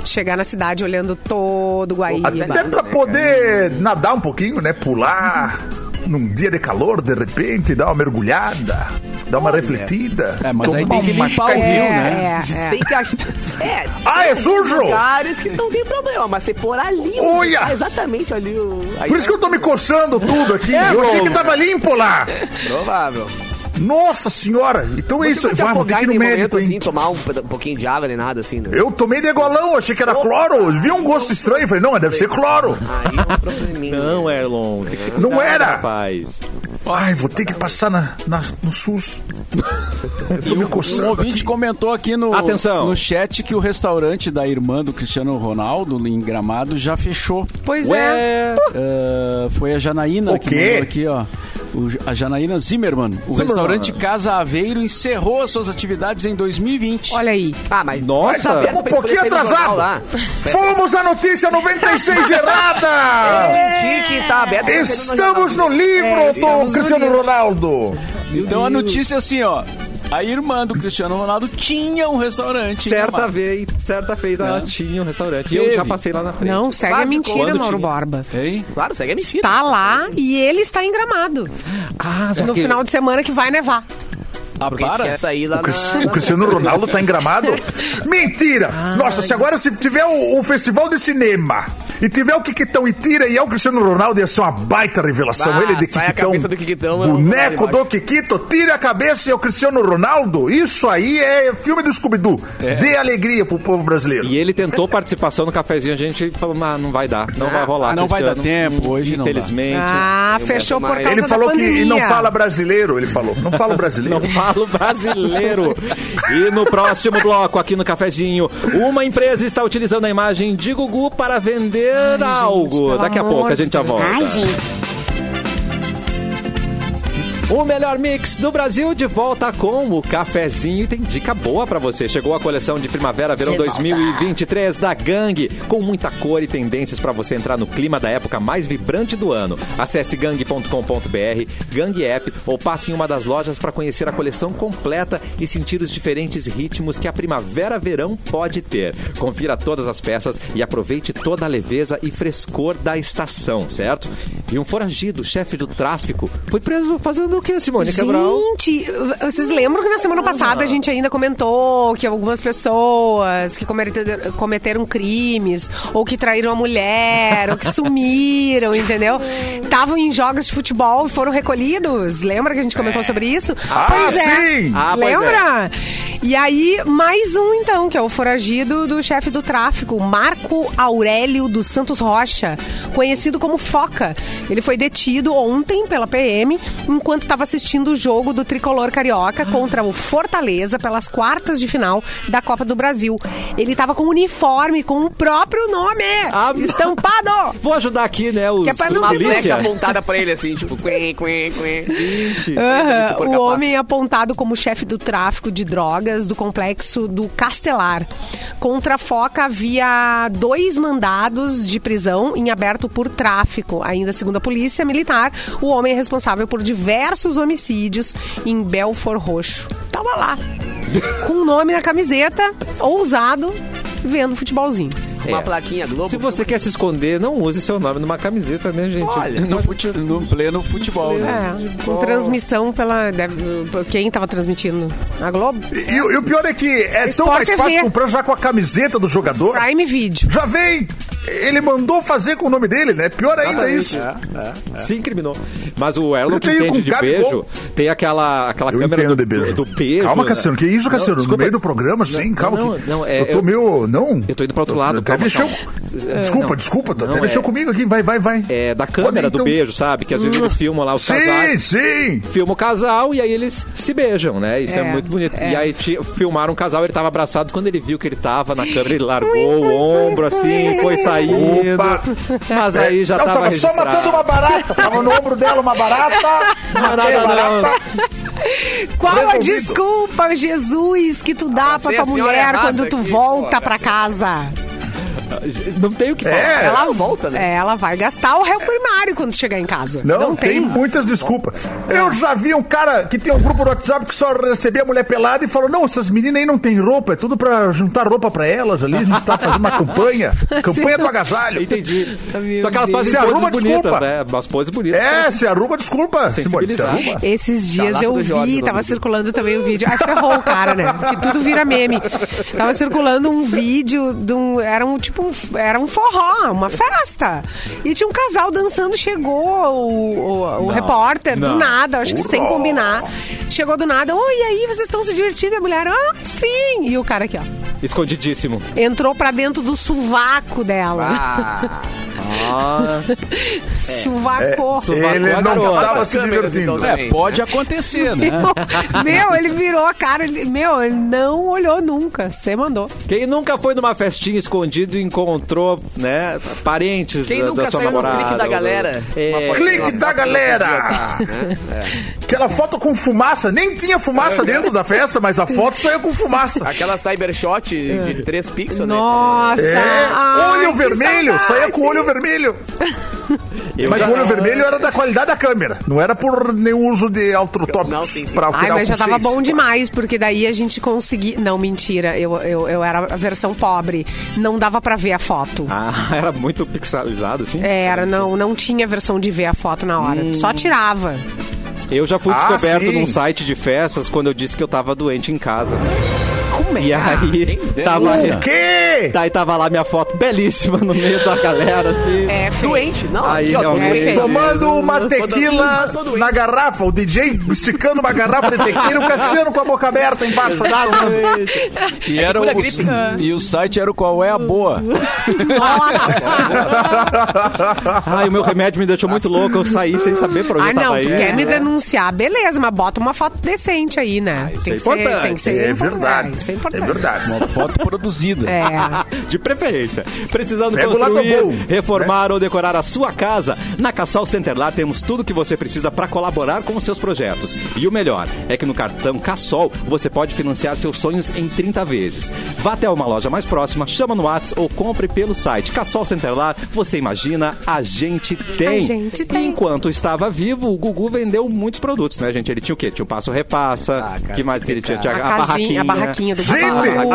Chegar na cidade olhando todo o
Até
Guaíba.
pra poder nadar um pouquinho, né? Pular num dia de calor, de repente, dar uma mergulhada, dar uma refletida.
É, mas aí
tomar
tem que
uma
limpar o
É,
caipi-
rio, né?
é, é.
Tem que achar. É,
Ah, é sujo!
lugares que não tem problema, mas você pôr ali. o-
Olha!
Ah, Exatamente ali o. aí
Por isso que eu tô me coçando tudo aqui.
É,
eu achei que tava limpo lá.
Provável.
Nossa senhora! Então é isso,
Você vai te
vai, vou ter
afogar em
que ir no
nenhum momento
médico, hein?
assim, tomar um, peda- um pouquinho de água nem nada assim, né?
Eu tomei degolão, achei que era cloro. Vi um gosto estranho, falei, não, deve ser cloro.
Aí é um probleminha.
Não, Erlon. tem que cuidar,
Não era.
Tá, Rapaz.
Ai, vou ter que passar na, na- no SUS. Eu tô me
Um
coçando
ouvinte
aqui.
comentou aqui no,
Atenção.
no chat que o restaurante da irmã do Cristiano Ronaldo, em Gramado, já fechou.
Pois é.
Ué.
Eh, foi a Janaína
O
que
quê?
mandou aqui, ó. O J- a Janaína Zimmermann. O restaurante Casa Aveiro encerrou as suas atividades em 2020.
Olha aí.
Ah, mas.
Nossa.
Um pouquinho atrasado. Fomos à notícia 96 errada!
Tinha que tá aberto. pra você não
Estamos no
É,
livro do Cristiano Ronaldo.
então a notícia é assim, ó. A irmã do Cristiano Ronaldo tinha um restaurante. em
Certa
Gramado.
vez, certa vez ela tinha um restaurante. E eu
Teve.
já passei lá na frente.
Não, segue a
Quase
mentira,
quando
Mauro
tinha.
Borba.
Hein?
Claro, segue a mentira.
Tá lá e ele está em gramado.
Ah, já
No
que-
final de semana que vai nevar.
Ah,
Porque a gente
para.
quer sair lá
O Cristi-
na.
o Cristiano Ronaldo tá engramado? Mentira! Nossa, se agora se tiver o, o festival de cinema e tiver o Kikitão e tira e é o Cristiano Ronaldo, ia ser uma baita revelação.
Ah,
Ele é de
sai a
Kikitão.
cabeça do Kikitão, eu vou lá
Boneco
embaixo.
do Kikito, tira a cabeça e é o Cristiano Ronaldo. Isso aí é filme do Scooby-Doo. Dê alegria pro povo brasileiro.
E é ele tentou participação no cafezinho, a gente falou, mas não vai dar, não vai rolar.
ah, não vai dar
Cristiano.
tempo, hoje não dá.
Infelizmente.
Ah, fechou por
mais.
causa
Ele
da
falou que
pandemia.
e não fala brasileiro, ele falou. Não fala brasileiro.
Não falo brasileiro. E no próximo bloco, aqui no cafezinho, uma empresa está utilizando a imagem de Gugu para vender algo.
pelo
Daqui a
amor
pouco a
de
gente já volta.
Ai, gente.
O melhor mix do Brasil de volta com o cafezinho e tem dica boa pra você. Chegou a coleção de primavera, verão
De volta.
2023 da Gang, com muita cor e tendências pra você entrar no clima da época mais vibrante do ano. Acesse gang.com.br, Gang App ou passe em uma das lojas pra conhecer a coleção completa e sentir os diferentes ritmos que a primavera-verão pode ter. Confira todas as peças e aproveite toda a leveza e frescor da estação, certo? E um foragido, chefe do tráfico, foi preso fazendo o que, Simone Cabral?
Gente, vocês lembram que na semana passada a gente ainda comentou que algumas pessoas que cometeram, cometeram crimes, ou que traíram a mulher, ou que sumiram, entendeu? Estavam em jogos de futebol e foram recolhidos. é. Lembra que a gente comentou sobre isso?
Ah, sim!
É. Ah, pois
Lembra? E aí, mais um então, que é o foragido do chefe do tráfico, Marco Aurélio dos Santos Rocha, conhecido como Foca. Ele foi detido ontem pela PM, enquanto estava assistindo o jogo do Tricolor Carioca contra o Fortaleza pelas quartas de final da Copa do Brasil. Ele estava com o uniforme, com o próprio nome
Ah,
estampado.
Vou ajajudar aqui, né? Os,
Que é pra
os
não
Uma
ter
polícia.
flecha apontada pra ele, assim, tipo, quen, quen, quen.
Aham,
Se for capaz.
O homem é apontado como chefe do tráfico de drogas do complexo do Castelar. Contra a Foca havia dois mandados de prisão em aberto por tráfico. Ainda segundo a polícia militar, o homem é responsável por diversos homicídios em Belfort Roxo. Tava lá, com o nome na camiseta, ousado, vendo futebolzinho.
Uma plaquinha Globo.
É. Se você quer se esconder, não use seu nome numa camiseta, né, gente?
Olha,
No, fute- no pleno futebol, né?
É, com transmissão pela... deve- quem tava transmitindo? A Globo?
E, e o pior é que é tão
Sport
mais fácil
TV.
comprar já com a camiseta do jogador.
Prime Video.
Já vem. Ele mandou fazer com o nome dele, né? Pior ainda isso.
é. Se incriminou. Mas o Erlon
Eu
que
tenho
entende
com
de
Gabigol.
beijo, tem aquela, aquela
Eu
câmera
entendo
do,
de beijo.
do beijo.
Calma,
né?
Cassiano. Que isso,
Não,
Cassiano? no
desculpa.
meio do programa, sim?
não,
Calma.
não,
que-
não, é-
eu tô
eu-
meio... Não?
eu tô indo pro outro lado,
Até
calma,
mexeu...
calma. É,
Desculpa,
não.
desculpa.
Não,
até
é-
mexeu comigo aqui. Vai, vai, vai.
É, tá, da
Pode,
câmera do
então.
beijo, sabe? Que às vezes eles filmam lá os
Sim,
casais.
sim.
Filma o casal e aí eles se beijam, né? Isso é,
É,
muito bonito.
é.
E aí ti- filmaram um casal, ele tava abraçado. Quando ele viu que ele tava na câmera, ele largou o ombro assim, foi saindo.
Opa.
Mas aí já
Não,
tava,
tava só
registrado.
matando uma barata. Tava no ombro dela uma barata.
Não é
matei a
nada, não.
barata.
Qual a
Resolvido.
desculpa, Jesus, que tu dá pra
sei,
tua
Ah, a senhora
mulher
errada
quando tu
aqui,
volta
pô, tá
pra casa?
Não tem o que falar.
É.
ela volta, né?
É, ela vai gastar o réu primário quando chegar em casa.
Não, tem, muitas desculpas. Eu já vi um cara que tem um grupo no WhatsApp que só recebia a mulher pelada e falou: Não, essas meninas aí não têm roupa, é tudo pra juntar roupa pra elas ali. A gente tá fazendo uma campanha, campanha do agasalho.
Entendi.
Meu
Só que elas fazem assim,
Deus.
Se
poses
arruma,
bonitas,
desculpa.
né? Umas poses bonitas.
É, se arruma, desculpa. Simone, é se
Sensibilizar.
arruma.
Esses dias
Chalaça
eu
Tá, do
vi,
Jorge, o nome
tava
do
circulando também o vídeo. Ai, ferrou o cara, né? Que tudo vira meme. Tava circulando um vídeo de um. Era um tipo um, era um forró, uma festa. E tinha um casal dançando, chegou o, o- o repórter, do nada, acho que sem combinar. Chegou do nada, oi, e aí, vocês estão se divertindo? E a mulher, ah, sim! E o cara aqui, ó.
Escondidíssimo.
entrou pra dentro do sovaco dela.
Ah, É,
Suvacou.
É, Ele
a
não
garota.
tava se
Câmeras, então,
divertindo.
né?
É, pode acontecer, né?
Meu, ele virou a cara. ele- meu, ele não olhou nunca. Você mandou.
Quem nunca foi numa festinha escondido e encontrou, né, parentes
Quem
da,
nunca
da sua
saiu no
namorada?
clique da
ou-
galera?
É,
Uma
Clique da galera! Aquela foto com fumaça, nem tinha fumaça dentro da festa, mas a foto saiu com fumaça.
aquela cybershot de 3 pixels, né?
Nossa!
É,
ai,
olho
que
vermelho, é
saudade.
saía com olho vermelho.
eu
Mas
já-
o olho vermelho era da qualidade da câmera, não era por nenhum uso de
Não,
autotópicos
sim, sim.
pra
Ai,
alterar
mas já
o
tava
consciência.
bom demais, porque daí a gente conseguia. Não, mentira, eu, eu, eu era a versão pobre. Não dava pra ver a foto.
Ah, era muito pixelizado, assim.
É, Era, não, não tinha versão de ver a foto na hora.
Hum.
Só tirava.
Eu já fui
Ah,
descoberto
sim.
num site de festas quando eu disse que eu tava doente em casa.
Como é?
E
Ah,
aí, tava...
O
Tá,
quê?
Daí tava lá minha foto belíssima no meio da galera, assim.
É, feio.
Doente, não.
Aí
aqui, ó,
realmente-
doente.
É,
Tomando uma tequila
mas tô doente.
na garrafa, o DJ esticando uma garrafa de tequila, o Cassiano com a boca aberta embaixo d'água.
E, era o,
cura gripe.
e o site era o Qual é a Boa.
Nossa!
Ai, o meu remédio me deixou muito louco, eu saí sem saber pra né? onde
Ah,
eu tava
não, tu
indo.
quer me denunciar, beleza, mas bota uma foto decente aí, né? tem, que
isso é
ser, tem que ser
É
importante,
verdade.
Isso é
É
importante.
verdade.
Uma foto produzida.
É.
De preferência. Precisando
Pega o lado bom,
construir,
né?
reformar ou decorar a sua casa? Na Cassol Centerlar temos tudo que você precisa para colaborar com os seus projetos. E o melhor é que no cartão Cassol você pode financiar seus sonhos em 30 vezes. Vá até uma loja mais próxima, chama no Whats ou compre pelo site. Cassol Centerlar, você imagina, a gente tem.
A gente tem.
Enquanto estava vivo, o Gugu
Ah,
vendeu muitos produtos, né, gente? Ele tinha o quê? Tinha o Passo Repassa, que mais que ele tinha? Tinha
A casinha, a barraquinha do
Gente,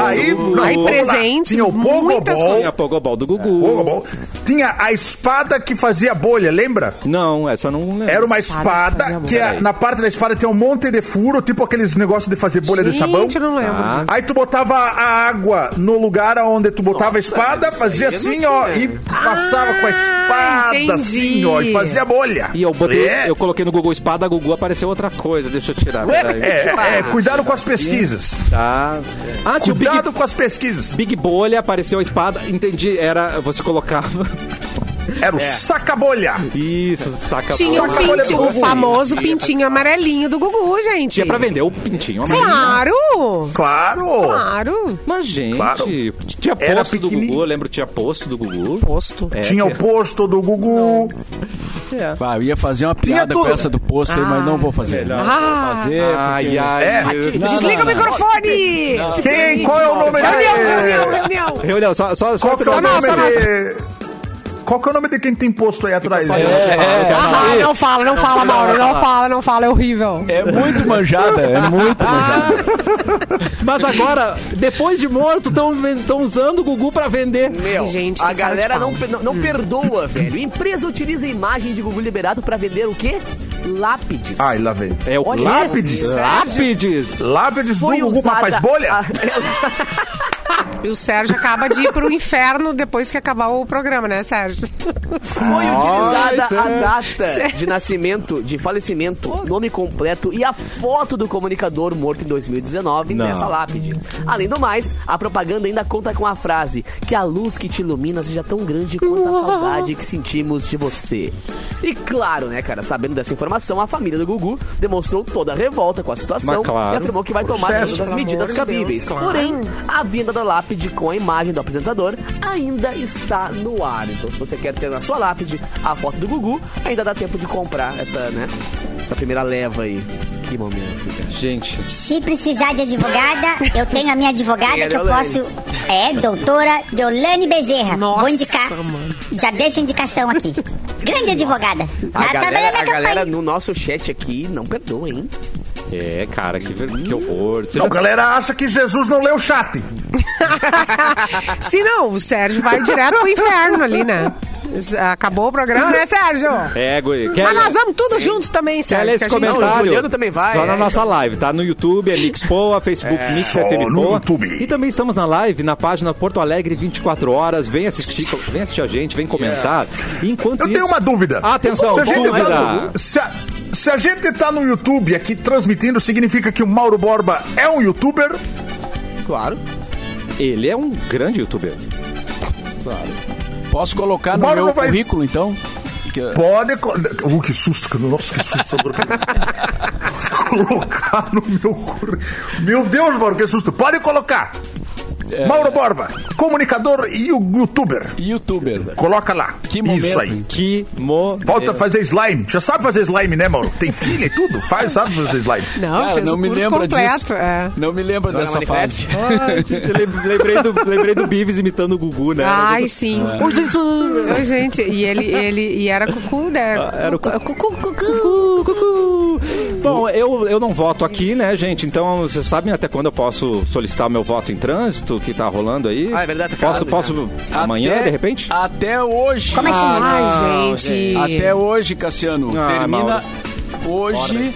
aí...
Aí
não,
presente,
Tinha o
muitas
Pogobol.
Tinha a Pogobol do Gugu.
Pogobol. Tinha a espada que fazia bolha, lembra?
Não, essa eu não lembro.
Era uma
Espada que
espada
fazia bolha.
que a- na parte da espada tinha um monte de furo, tipo aqueles negócios de fazer bolha de sabão. tá
Gente, eu não lembro.
Ah,
Aí tu botava a água no lugar onde tu botava a espada, fazia assim, ó, e passava com a espada,
Ah, entendi.
assim, ó, e fazia bolha.
E eu botei,
É,
eu coloquei no Google espada, Gugu apareceu outra coisa. Deixa eu tirar. peraí.
é, é, cuidado com as pesquisas.
Tá. Ah, tinha o Big,
Cuidado com as pesquisas.
Big Bolha, apareceu a espada. Entendi, era. Você colocava. É.
Era o saca-bolha.
Isso, saca
Tinha o,
Bolha.
Saca-bolha
pintinho,
do
o
Gugu.
famoso pintinho amarelinho do Gugu, gente.
Tinha é pra vender o pintinho amarelo.
Claro! Ah.
Claro.
Claro!
Mas, gente,
Claro.
tinha
Era
posto do
pequenininho.
Gugu, eu lembro que tinha posto do Gugu.
Posto.
É,
Tinha o posto do Gugu.
Bah, Ah, eu ia fazer uma
Tinha
piada com
tudo.
essa do pôster, mas não vou fazer. Não vou
Ah.
fazer.
Ai, ai.
É.
meu- Não,
Desliga
não,
o microfone!
Quem? Qual é o nome
Reunião,
dele?
reunião, reunião!
Reunião, só, só, só
Qual que é o
três-
Só
nome
nós, só
de... Qual que é o nome de quem tem posto aí atrás?
É, é,
Ah, não fala, não fala, Mauro, não fala, não fala, é horrível.
é muito manjada, é muito manjada.
Mas agora, depois de morto, estão usando o Gugu pra vender.
Meu,
Gente,
a
que cara de
galera não,
pau.
pe- não, não perdoa, velho. Empresa utiliza a imagem de Gugu liberado pra vender o quê? Lápides.
Ai, lá vem.
É o É.
Olha,
Lápides?
Lápides.
Lápides do Gugu, mas faz bolha?
Ah.
a- É,
E o Sérgio acaba de ir pro inferno depois que acabar o programa, né, Sérgio?
Ah,
foi utilizada
Sérgio.
a data
é
Sérgio.
de nascimento, de falecimento, nome completo e a foto do comunicador morto em 2019
Não.
nessa lápide. Além do mais, a propaganda ainda conta com a frase que a luz que te ilumina seja tão grande quanto a saudade que sentimos de você. E claro, né, cara, sabendo dessa informação, a família do Gugu demonstrou toda a revolta com a situação
Mas claro.
e afirmou que vai tomar todas as medidas cabíveis. Porém, a vinda da lápide com a imagem do apresentador ainda está no ar. Então, se você quer ter na sua lápide a foto do Gugu, ainda dá tempo de comprar essa, né? Essa primeira leva aí. Que momento, cara.
Gente,
Se precisar de advogada, eu tenho a minha advogada
Quem é
que eu
Deolane?
posso. É, doutora Deolane Bezerra.
Nossa,
Vou indicar.
mano.
Já deixa a indicação aqui. Grande advogada.
A
Ela trabalha
galera,
na
a
campanha.
galera no nosso chat aqui não perdoa, hein?
é, cara, que, ver- que horror. Você
Não,
já-
a galera acha que Jesus não leu o chat.
Se não, o Sérgio vai direto pro inferno ali, né? Acabou o programa, né, Sérgio?
É, guri. Quer-
Mas nós vamos tudo junto também,
quer ler
Sérgio.
esse
que a gente-
comentário.
o Juliano também vai,
Só na
é,
nossa live, tá? No YouTube, é Mix Poa, Facebook Mix
Só
FM
no
Poa.
YouTube.
E também estamos na live, na página Porto Alegre 24 horas. Vem assistir, vem assistir a gente, vem comentar. E enquanto
É. Eu
isso-
tenho uma dúvida.
Atenção,
se a gente,
dúvida.
tá no, se a, se a gente tá no YouTube aqui transmitindo, significa que o Mauro Borba é um youtuber?
Claro.
Ele é um grande youtuber.
Posso colocar no
Bora,
meu
não faz-
currículo, então? Que-
Pode. co- Uh, que susto, que- nossa, que susto. agora que- colocar no meu. cur- Meu Deus, Mauro, que susto. Pode colocar. Mauro Borba, comunicador e o youtuber.
Youtuber.
Coloca lá.
Que
Isso
momento.
aí.
Que mo...
Volta a fazer slime. Já sabe fazer slime, né, Mauro? Tem filha e tudo. Faz, sabe fazer slime.
Não,
Cara,
Ah, fez
Ah, não
o
me
curso
lembra
completo.
disso.
É.
Não me lembro dessa
Manifest.
fase.
Ai, gente, eu lembrei do, lembrei do Beavis imitando o Gugu, né?
Ai, sim.
Ô, Jesus!
Oi, gente, e ele, ele e era cucu, né?
era o cu-
cucu, cucu, cucu.
Cucu, cucu. Bom, eu, eu não voto aqui, né, gente? Então, vocês sabem até quando eu posso solicitar meu voto em trânsito que tá rolando aí?
Ah, é verdade, tá
Posso,
calado
posso amanhã,
Até-
de repente?
Até hoje.
é
Como assim?
Ai,
não,
gente.
Ah, Até hoje, Cassiano.
Ah,
termina
Mauro.
hoje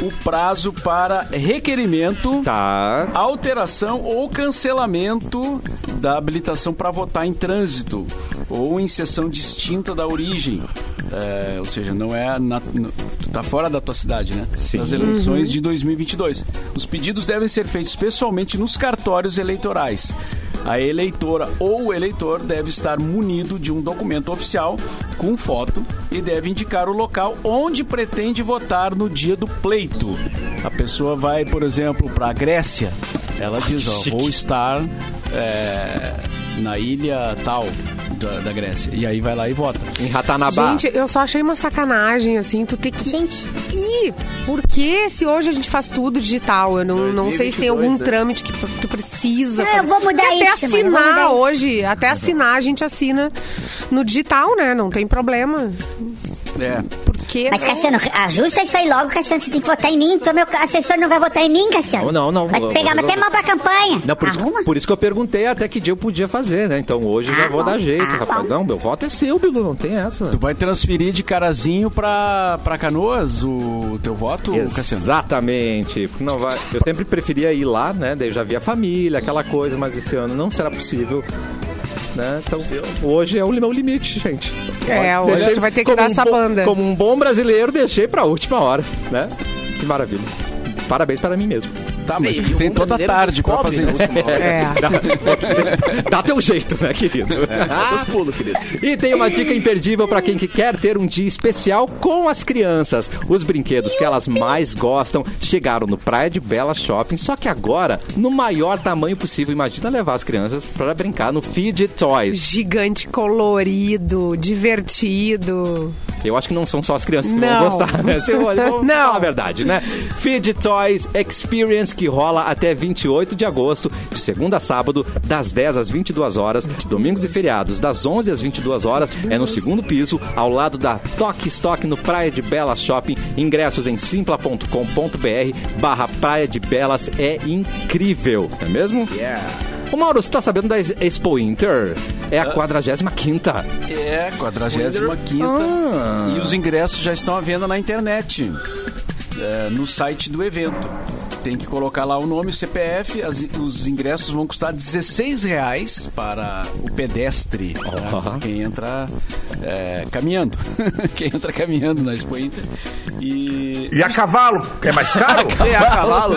o prazo para requerimento.
Tá.
Alteração ou cancelamento da habilitação para votar em trânsito ou em sessão distinta da origem. É, ou seja, não é. Na, no- tu tá fora da tua cidade, né?
Sim.
Nas eleições de 2022. Os pedidos devem ser feitos pessoalmente nos cartórios eleitorais. A eleitora ou o eleitor deve estar munido de um documento oficial com foto e deve indicar o local onde pretende votar no dia do pleito. A pessoa vai, por exemplo, para a Grécia. Ela diz: ó, vou estar é, na ilha tal da, da Grécia. E aí vai lá e vota.
Em Ratanabá.
Gente, eu só achei uma sacanagem, assim, tu ter que
Gente,
ir. Por que se hoje a gente faz tudo digital? Eu não, não sei se tem algum trâmite que tu precisa.
Não, eu vou É, mudar
Porque até
isso, mano, eu vou
assinar
mudar isso.
hoje, até assinar a gente assina no digital, né? Não tem problema.
É.
quê?
Mas, Cassiano, ajusta isso aí logo, Cassiano. Você tem que votar em mim. Tu é meu assessor, não vai votar em mim, Cassiano.
Não, não, não.
Vai
Eu-
pegar
eu-
até mal pra campanha.
Não, por, isso,
Arruma.
por isso que eu perguntei até que dia eu podia fazer, né? Então hoje eu já
Ah,
vou
bom.
dar jeito,
Ah,
rapaz.
bom.
Não, meu voto é seu, Bilu, não tem essa.
Tu vai transferir de carazinho pra, pra canoas o teu voto, Cassiano?
Exatamente. Porque Não vai... Eu sempre preferia ir lá, né? Daí eu já via a família, aquela coisa, mas esse ano não será possível. Né? Então, hoje é o meu limite, gente.
É,
Olha,
hoje
deixei-
tu vai ter que
como
dar
um
essa
bom-
banda.
Como um bom brasileiro, deixei pra última hora, né? Que maravilha. Parabéns para mim mesmo.
Tá, mas tu
E
tem
um
toda a
brasileiro
tarde pra
descobre,
fazer
né,
isso.
última hora.
É.
Dá teu jeito, né, querido?
É, Os pulos, querido.
E tem uma dica imperdível para quem que quer ter um dia especial com as crianças. Os brinquedos que elas mais gostam chegaram no Praia de Bela Shopping, só que agora no maior tamanho possível. Imagina levar as crianças para brincar no Feed Toys.
Gigante colorido, divertido.
Eu acho que não são só as crianças que
Não.
vão gostar, né? Se eu- vamos
Não.
falar a verdade, né? Feed Toys Experience que rola até 28 de agosto, de segunda a sábado, das 10 às 22 horas, domingos e feriados, das 11 às 22 horas, é no segundo piso, ao lado da Toque Stock no Praia de Belas Shopping. Ingressos em simpla.com.br barra Praia de Belas é incrível, não é mesmo? Ô Mauro, você tá sabendo da Expo Inter? É a 45ª.
É, 45 E os ingressos já estão à venda na internet. é, no site do evento. Tem que colocar lá o nome, o CPF. as- os ingressos vão custar 16 reais para o pedestre. né? Pra Quem entra é, caminhando. quem entra caminhando na Expo Inter. E
E a cavalo, é mais caro?
Tem a cavalo.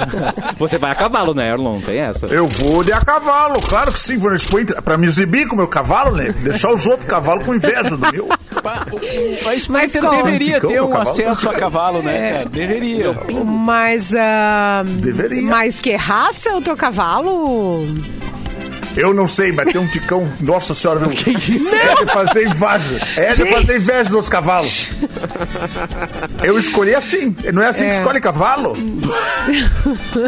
Você vai a cavalo, né, Erlon? Tem essa?
Eu vou de a cavalo, claro que sim, vou no Expo Inter, pra me exibir com o meu cavalo, né? Deixar os outros cavalos com inveja do meu.
Pá, o- o- a Expo
Mas
Inter
como?
deveria
Ticão
ter
no
um
cavalo?
acesso a cavalo, né? cara? Deveria.
Mas. ah,
Deveria.
Mas que raça é o teu cavalo?
Eu não sei, mas tem um ticão, nossa senhora, meu. Que isso? É de fazer inveja. É de fazer inveja dos cavalos. Eu escolhi assim, não é assim que
É.
escolhe cavalo?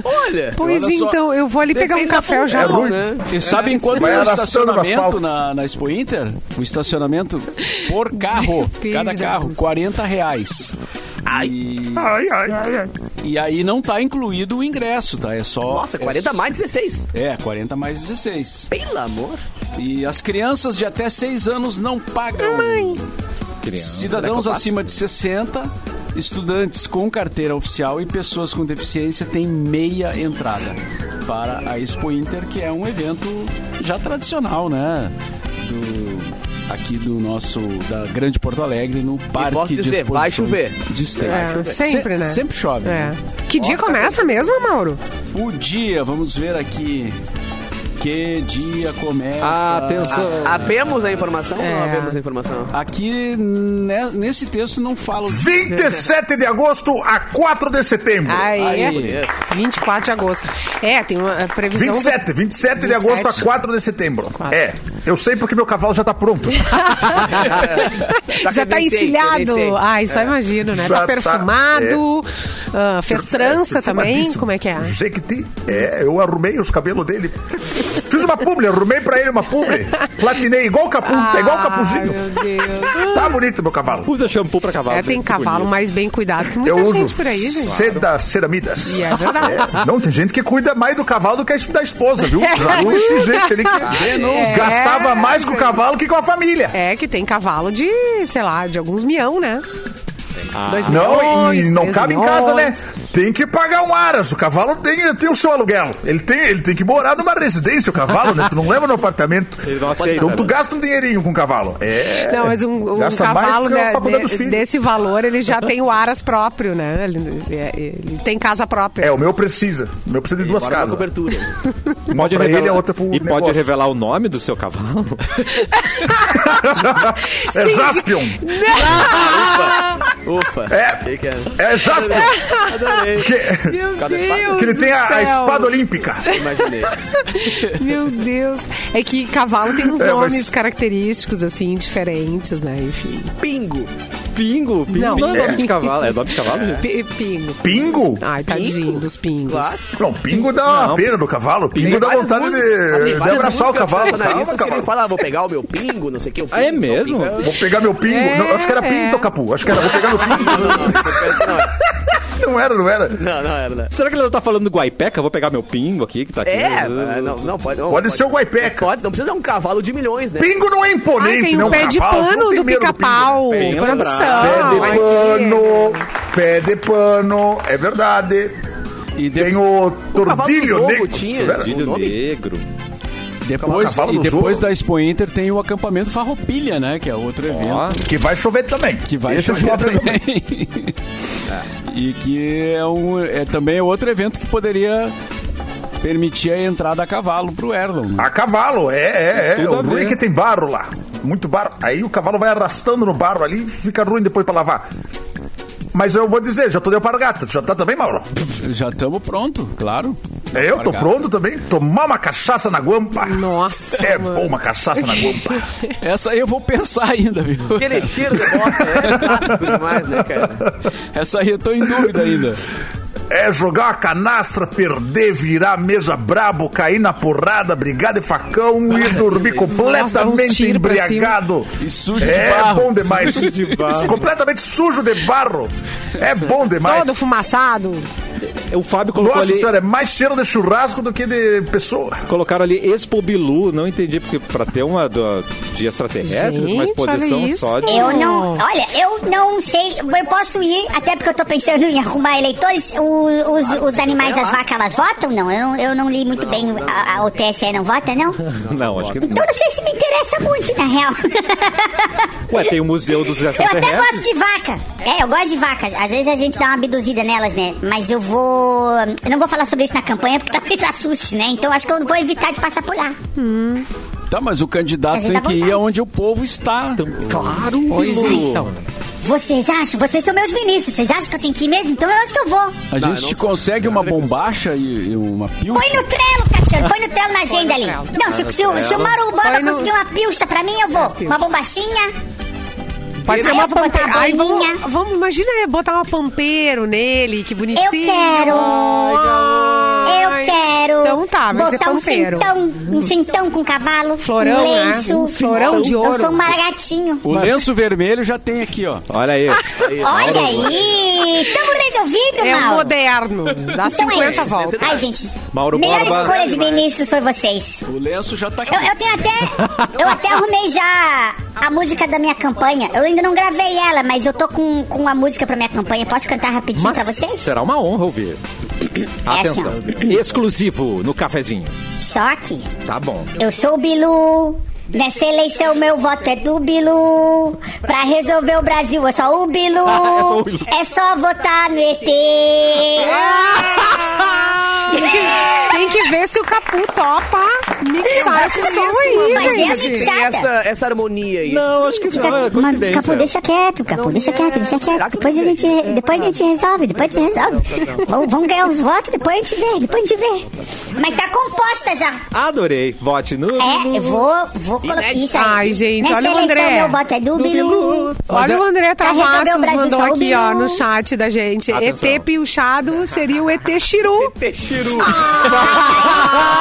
Olha.
Pois
É, olha só,
então, eu vou ali pegar um
depende da
café eu
função,
já
É
volto.
ruim.
E sabe em quanto
Vai
é o
arrastando no
estacionamento
asfalto.
na, na Expo Inter? O estacionamento por carro,
Depende
cada
da
carro,
coisa.
40 reais. E... E aí não tá incluído o ingresso, tá? É só...
Nossa,
é...
40 mais 16.
É, 40 mais 16.
Pelo amor.
E as crianças de até 6 anos não
Ah,
pagam.
né,
Cidadãos acima de 60, estudantes com carteira oficial e pessoas com deficiência têm meia entrada para a Expo Inter, que é um evento já tradicional, né? Do, aqui do nosso da Grande Porto Alegre no Parque
posso
de
dizer,
Exposições
vai chover.
de Esteio.
É, sempre,
Se-
né?
Sempre
É.
chove. né?
Que dia começa mesmo, Mauro?
O dia, vamos ver aqui. Que dia
Ah,
começa?
Atenção.
Havemos a informação ou não
É.
havemos a informação?
Aqui ne- nesse texto não fala. o
27 de agosto a 4 de setembro.
Aí, é
Aí.
24 de agosto. É, tem uma é, previsão.
27, 27 de agosto a
27.
4 de setembro.
Quatro.
É, eu sei porque meu cavalo já tá pronto.
Já tá
nem sei, eu nem sei.
encilhado. Ai, só imagino, né?
Já
Tá
tá, é.
perfumado, ah, fez trança também.
Perfumadíssimo.
Como é que é?
Jequiti. É, eu arrumei os cabelos dele. Fiz uma publi, arrumei pra ele uma publi. Platinei igual capu, tá igual capuzinho.
Ai, Ah, meu Deus.
Tá bonito meu cavalo.
Usa shampoo pra cavalo.
É, tem
Que
cavalo
bonito.
mais bem cuidado que muita
Eu
gente
uso
por aí, gente.
seda ceramidas.
E é verdade.
É, não, tem gente que cuida mais do cavalo do que da esposa, viu? Já não esse jeito. Ele que
É,
gastava mais com o cavalo que com a família.
É que tem cavalo de, sei lá, de alguns mião, né? Ah, Dois
Ah. Não, e
milhões,
não
três
cabe em casa, né?
milhões.
Tem que pagar um aras. O cavalo tem, tem o seu aluguel. Ele tem, ele tem que morar numa residência, o cavalo, né? Tu não leva no apartamento.
Ele não aceita,
então tu
né?
gasta um dinheirinho com o cavalo. É.
Não, mas um, um
Gasta mais
cavalo
que a
né,
faculdade
de-
dos filhos.
desse valor, ele já tem o aras próprio, né? Ele, ele- ele tem casa própria.
É, o meu precisa. O meu precisa de duas
Bora na
casas.
cobertura.
Uma pra ele e a outra pro
E pode
negócio.
revelar o nome do seu cavalo?
É Jaspion.
Ufa.
É, é
causa
Meu
Jaspion.
da espada?
Deus
Que ele
do
tem a, a
céu.
espada olímpica.
Imaginei.
Meu Deus. É que cavalo tem uns
É,
nomes
mas-
característicos, assim, diferentes, né? Enfim.
Pingo.
Pingo? Pingo
Não.
não, é nome de cavalo. É nome de cavalo, gente?
P- Pingo.
Pingo?
Ai, tadinho dos pingos.
Clássico.
Não, pingo dá uma
Não.
pena no cavalo. Pingo dá
várias
vontade
músicas- tem
de, de
várias
abraçar o
músicas
cavalo. Calma,
tradicionalistas que Ele
cavalo.
"Ah,
fala, vou pegar o meu pingo, não sei o que. o
Ah, é
pingo, o
mesmo?
pingo.
Vou pegar meu pingo.
É,
Não, acho que era pinto,
é.
Capu. Acho que era, vou pegar meu pingo. Não era, não era.
Não, não era. não.
Será que ele não tá falando do Guaipeca? Vou pegar meu pingo aqui, que tá aqui.
É, não, não pode. Não,
Pode ser o Guaipeca.
Pode, não precisa ser um cavalo de milhões, né?
Pingo não é
Ai,
imponente,
tem
não.
um pé de
cavalo, tu não
pano
tem
do
medo pingo,
pica-pau. Ah,
Bem
Produção.
lembrado.
Pé de
Aqui.
pano,
é.
pé de pano, é verdade.
E de-
Tem o
cavalo do
tordilho
jogo
negro. É
tinha.
Era-
O
Filho
nome?
negro.
Depois,
Cavalo
e
do
depois
Zorro.
da Expo Inter tem o acampamento Farroupilha, né? Que é outro evento.
Que vai chover também.
que vai
Esse
chover
chove também.
também. e que é, um, é também outro evento que poderia permitir a entrada a cavalo pro Erlon. né?
A cavalo, é, é, é.
Tudo
O
a
ruim
ver.
é que tem barro lá. Muito barro. Aí o cavalo vai arrastando no barro ali e fica ruim depois pra lavar. Mas eu vou dizer, já tô de alpargata. Já tá também, Mauro?
Já estamos pronto, claro.
É, eu tô
Alpargata.
pronto também. Tomar uma cachaça na guampa.
Nossa.
É
mano.
bom uma cachaça na guampa.
Essa aí eu vou pensar ainda, viu?
Aquele cheiro de bosta, é clássico demais, né, cara?
Essa aí eu tô em dúvida ainda.
É jogar uma canastra, perder, virar a mesa brabo, cair na porrada, brigar de facão e dormir
dá uns
completamente
tiro pra
embriagado.
E sujo de
É
barro.
bom demais. completamente sujo de barro. É bom demais.
Todo fumaçado.
O Fábio colocou
Nossa
ali...
senhora, é mais cheiro de churrasco do que de pessoa.
Colocaram ali Expo Bilu, não entendi, porque pra ter uma do- de extraterrestres, uma
Gente, olha
exposição
isso.
só de.
É.
Eu não. Olha, eu não sei. Eu posso ir, até porque eu tô pensando em arrumar eleitores. O-
Ah,
os, os animais, as vacas, elas votam? Não, eu, não- eu não li muito bem. A, a- o TSE não vota, não? Então
Não, acho que não.
não sei se me interessa muito, na real.
Ué, tem o Museu dos
Eu até gosto
Extraterrestres.
de vaca. É, eu gosto de vacas. Às vezes a gente dá uma abduzida nelas, né? Mas eu vou. Eu não vou falar sobre isso na campanha porque talvez assuste, né? Então acho que eu vou evitar de passar por lá.
Tá, mas o candidato
Mas ele
tem
dá
que ir
vontade.
aonde o povo está.
Claro, Bilu.
é.
Vocês acham? Vocês são meus ministros. Vocês acham que eu tenho que ir mesmo? Então eu acho que eu vou.
A
Não, eu
gente
não
te
sei.
consegue uma bombacha e, e uma pio.
Põe no trelo, Cassiano. Põe no trelo na agenda ali. Não, se, se, o- se o Mauro Urbano
Põe no-
conseguir uma pilcha pra mim, eu vou. Uma bombachinha.
Pode ser
Aí
uma
eu vou botar
pampeira.
a
Ai, vamos,
bolinha.
vamos, imagina é, botar uma pampeiro nele, que bonitinho.
Eu quero. Eu
Ai.
quero.
Então tá, vai ser
Botar um
pampeiro.
cintão.
Hum.
Um cintão com cavalo.
Florão,
um
né?
lenço.
Um florão de ouro.
Eu sou um maragatinho.
O lenço vermelho já tem aqui, ó.
Olha aí.
Olha aí. Tamo resolvido,
É um
Mauro.
moderno. Dá
Então é
50
isso.
voltas.
Ai, gente.
Mauro
melhor
Borba.
escolha de ministros foi vocês.
O lenço já tá aqui.
Eu, eu tenho até. Eu até arrumei já a música da minha campanha. Eu ainda não gravei ela, mas eu tô com, com a música pra minha campanha. Posso cantar rapidinho pra vocês? É,
será uma honra ouvir. Atenção. Exclusivo no cafezinho.
Só que
Tá bom.
eu sou o Bilu. Nessa eleição, meu voto é do Bilu. Pra resolver o Brasil, é só o Bilu.
É só o Bilu.
É só votar no ET.
é
Tem que ver se o Capu topa mixar esse som aí,
Mas é a
gente.
mixagem.
E essa, essa harmonia aí.
Não, acho que não. É
Mano,
coincidência.
Capu, deixa quieto, Capu, deixa quieto, deixa
é. Será
quieto.
que
Depois a
não
gente, depois a gente resolve, depois a gente resolve. Vamos, vamos ganhar os votos, depois a gente vê, depois a gente vê. Mas tá composta já.
Adorei. Vote no.
É, eu vou, vou colocar isso aí.
né, Ai, gente,
Nessa
olha o
eleição,
André.
Meu voto é do Bilu.
Olha o André
Pra resolver o
Travassos
Brasil,
mandou
só o
aqui, ó,
Bilu.
no chat da gente.
Atenção.
ET piochado seria o ET Chiru.
Peixiru.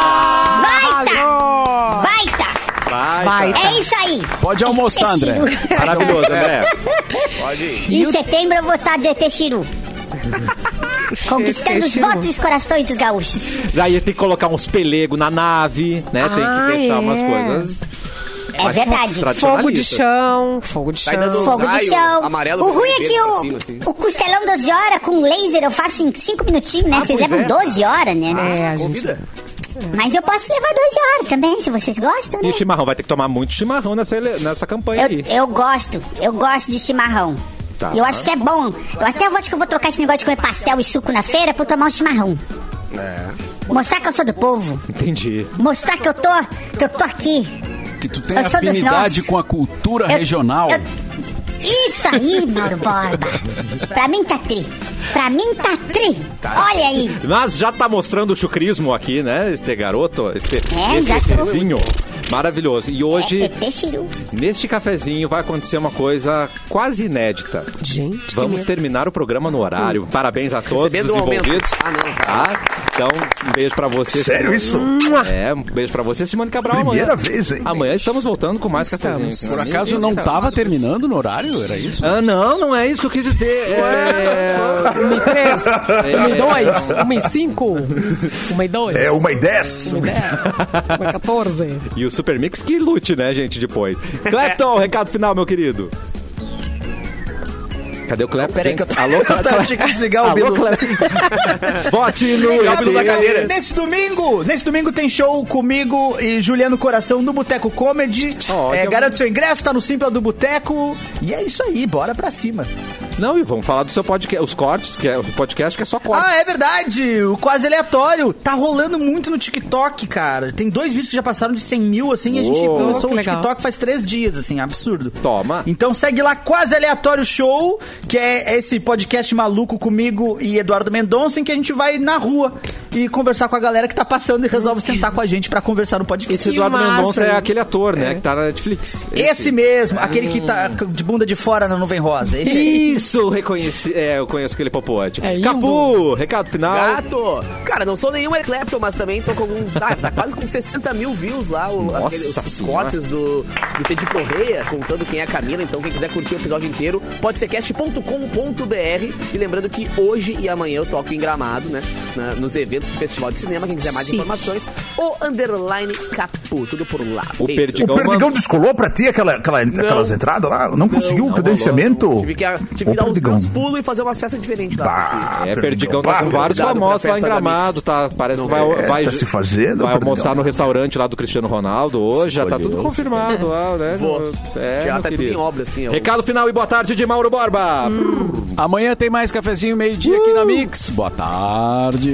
Baita,
Arrasou!
baita.
Vai,
Vai.
tá.
É isso aí. É
Pode almoçar, André.
Maravilhoso, né? André.
Em setembro eu vou estar de ET Chiru. Conquistando os
Chiru.
votos e os corações dos gaúchos.
Já ia ter que colocar uns pelego na nave, né? Tem
Ah,
que deixar
é.
umas coisas.
É verdade.
Fogo de
tradicionalistas.
chão, fogo de
Vai dando-
chão.
Fogo de
Raio
chão.
amarelo
o
com
ruim é que
vermelho
o,
pra cima, assim.
o costelão 12 horas com laser eu faço em 5 minutinhos, né? Vocês
pois
levam
é.
12 horas, né?
É, a gente.
Convida.
Mas eu posso levar 12 horas também, se vocês gostam,
E
né?
o chimarrão, vai ter que tomar muito chimarrão nessa, ele- nessa campanha aí.
Eu, eu gosto, eu gosto de chimarrão.
Tá.
Eu acho que é bom. Eu até acho que eu vou trocar esse negócio de comer pastel e suco na feira por tomar um chimarrão. Mostrar que eu sou do povo.
Entendi.
Mostrar que eu tô, que eu tô aqui.
Que tu tem
Eu sou dos
afinidade
nossos.
com a cultura
Eu-
regional.
Eu, Isso aí, Mauro Borba. Pra mim tá tri. Pra mim tá tri. Olha aí.
Mas já tá mostrando o chucrismo aqui, né? Este garoto, este,
É,
esse
já tô.
ETzinho. Maravilhoso. E hoje,
É, é Chiru.
neste cafezinho, vai acontecer uma coisa quase inédita.
Gente, que
Vamos
medo.
terminar o programa no horário. Parabéns a todos
Recebendo
os
um aumento.
envolvidos.
Ah, não.
Tá? Então, um beijo pra você.
Sério
Simone.
isso?
Hum,
É, um beijo pra você, Simone Cabral.
Primeira
amanhã.
vez, hein?
Amanhã estamos voltando com mais
Por
cafezinho. né?
acaso não tava terminando no horário? Era isso?
Ah, não, não é isso que eu quis dizer. É...
Uma e três, uma e dois, uma e cinco, uma e dois,
É uma e dez.
uma e dez, uma e quatorze.
E o Super Mix que lute, né, gente, depois. Clepton, recado final, meu querido. Cadê o Clepton?
Peraí que eu tô... Alô, tinha que desligar o
Alô,
Bilu.
Clepton. Bote no
Obrigado,
ET.
galera. Nesse domingo, nesse domingo tem show comigo e Juliano Coração no Boteco Comedy. é, garante seu ingresso, tá no Simpla do Boteco. E é isso aí, bora pra cima.
Não, e vamos falar do seu podcast, os cortes, que é o podcast que é só corte.
Ah, é verdade, o quase aleatório. Tá rolando muito no TikTok, cara. Tem dois vídeos que já passaram de 100 mil, assim, e a gente
Uou.
começou
Que
o
legal.
TikTok faz três dias, assim, absurdo.
Toma.
Então segue lá Quase Aleatório Show, que é esse podcast maluco comigo e Eduardo Mendonça, em que a gente vai na rua e conversar com a galera que tá passando e resolve sentar com a gente pra conversar no podcast.
Esse Eduardo
massa,
Mendonça é
hein?
aquele ator, né, que tá na Netflix.
Esse mesmo, aquele que tá de bunda de fora na nuvem rosa. Esse aí.
Isso, reconheci, é, eu conheço aquele popote.
É lindo.
Capu, recado final.
Gato! Cara, não sou nenhum Eclepton, mas também tô com um. Tá, tá quase com 60 mil views lá, o,
Nossa
aqueles, os
senhora.
cortes do, do Teddy Correia, contando quem é a Camila. Então, quem quiser curtir o episódio inteiro, pode ser cast.com.br. E lembrando que hoje e amanhã eu toco em gramado, né? na- nos eventos do Festival de Cinema. Quem quiser mais
Chique.
informações, o underline capu, tudo por lá.
O
Beijo.
O
Perdigão
Perdigão
mandou-
descolou pra ti aquela, aquela- aquelas entradas lá? Não, conseguiu o
não
credenciamento?
Tive que, tive que
Ô,
dar os
Perdigão.
meus pulos e fazer umas festas diferentes lá. porque-
É, Perdigão tá
Bah,
com vários
Obrigado pela
famosos lá em
festa da
Gramado, tá? Parece que vai,
É,
vai,
tá se fazendo,
vai
Perdigão.
almoçar no restaurante lá do Cristiano Ronaldo hoje, já tá tudo confirmado lá, né?
Vou.
É,
Já
meu
tá tudo
querido.
em obra, assim, eu-
Recado final e boa tarde de Mauro Borba.
Uh!
Amanhã tem mais cafezinho meio-dia aqui na Mix. Boa tarde.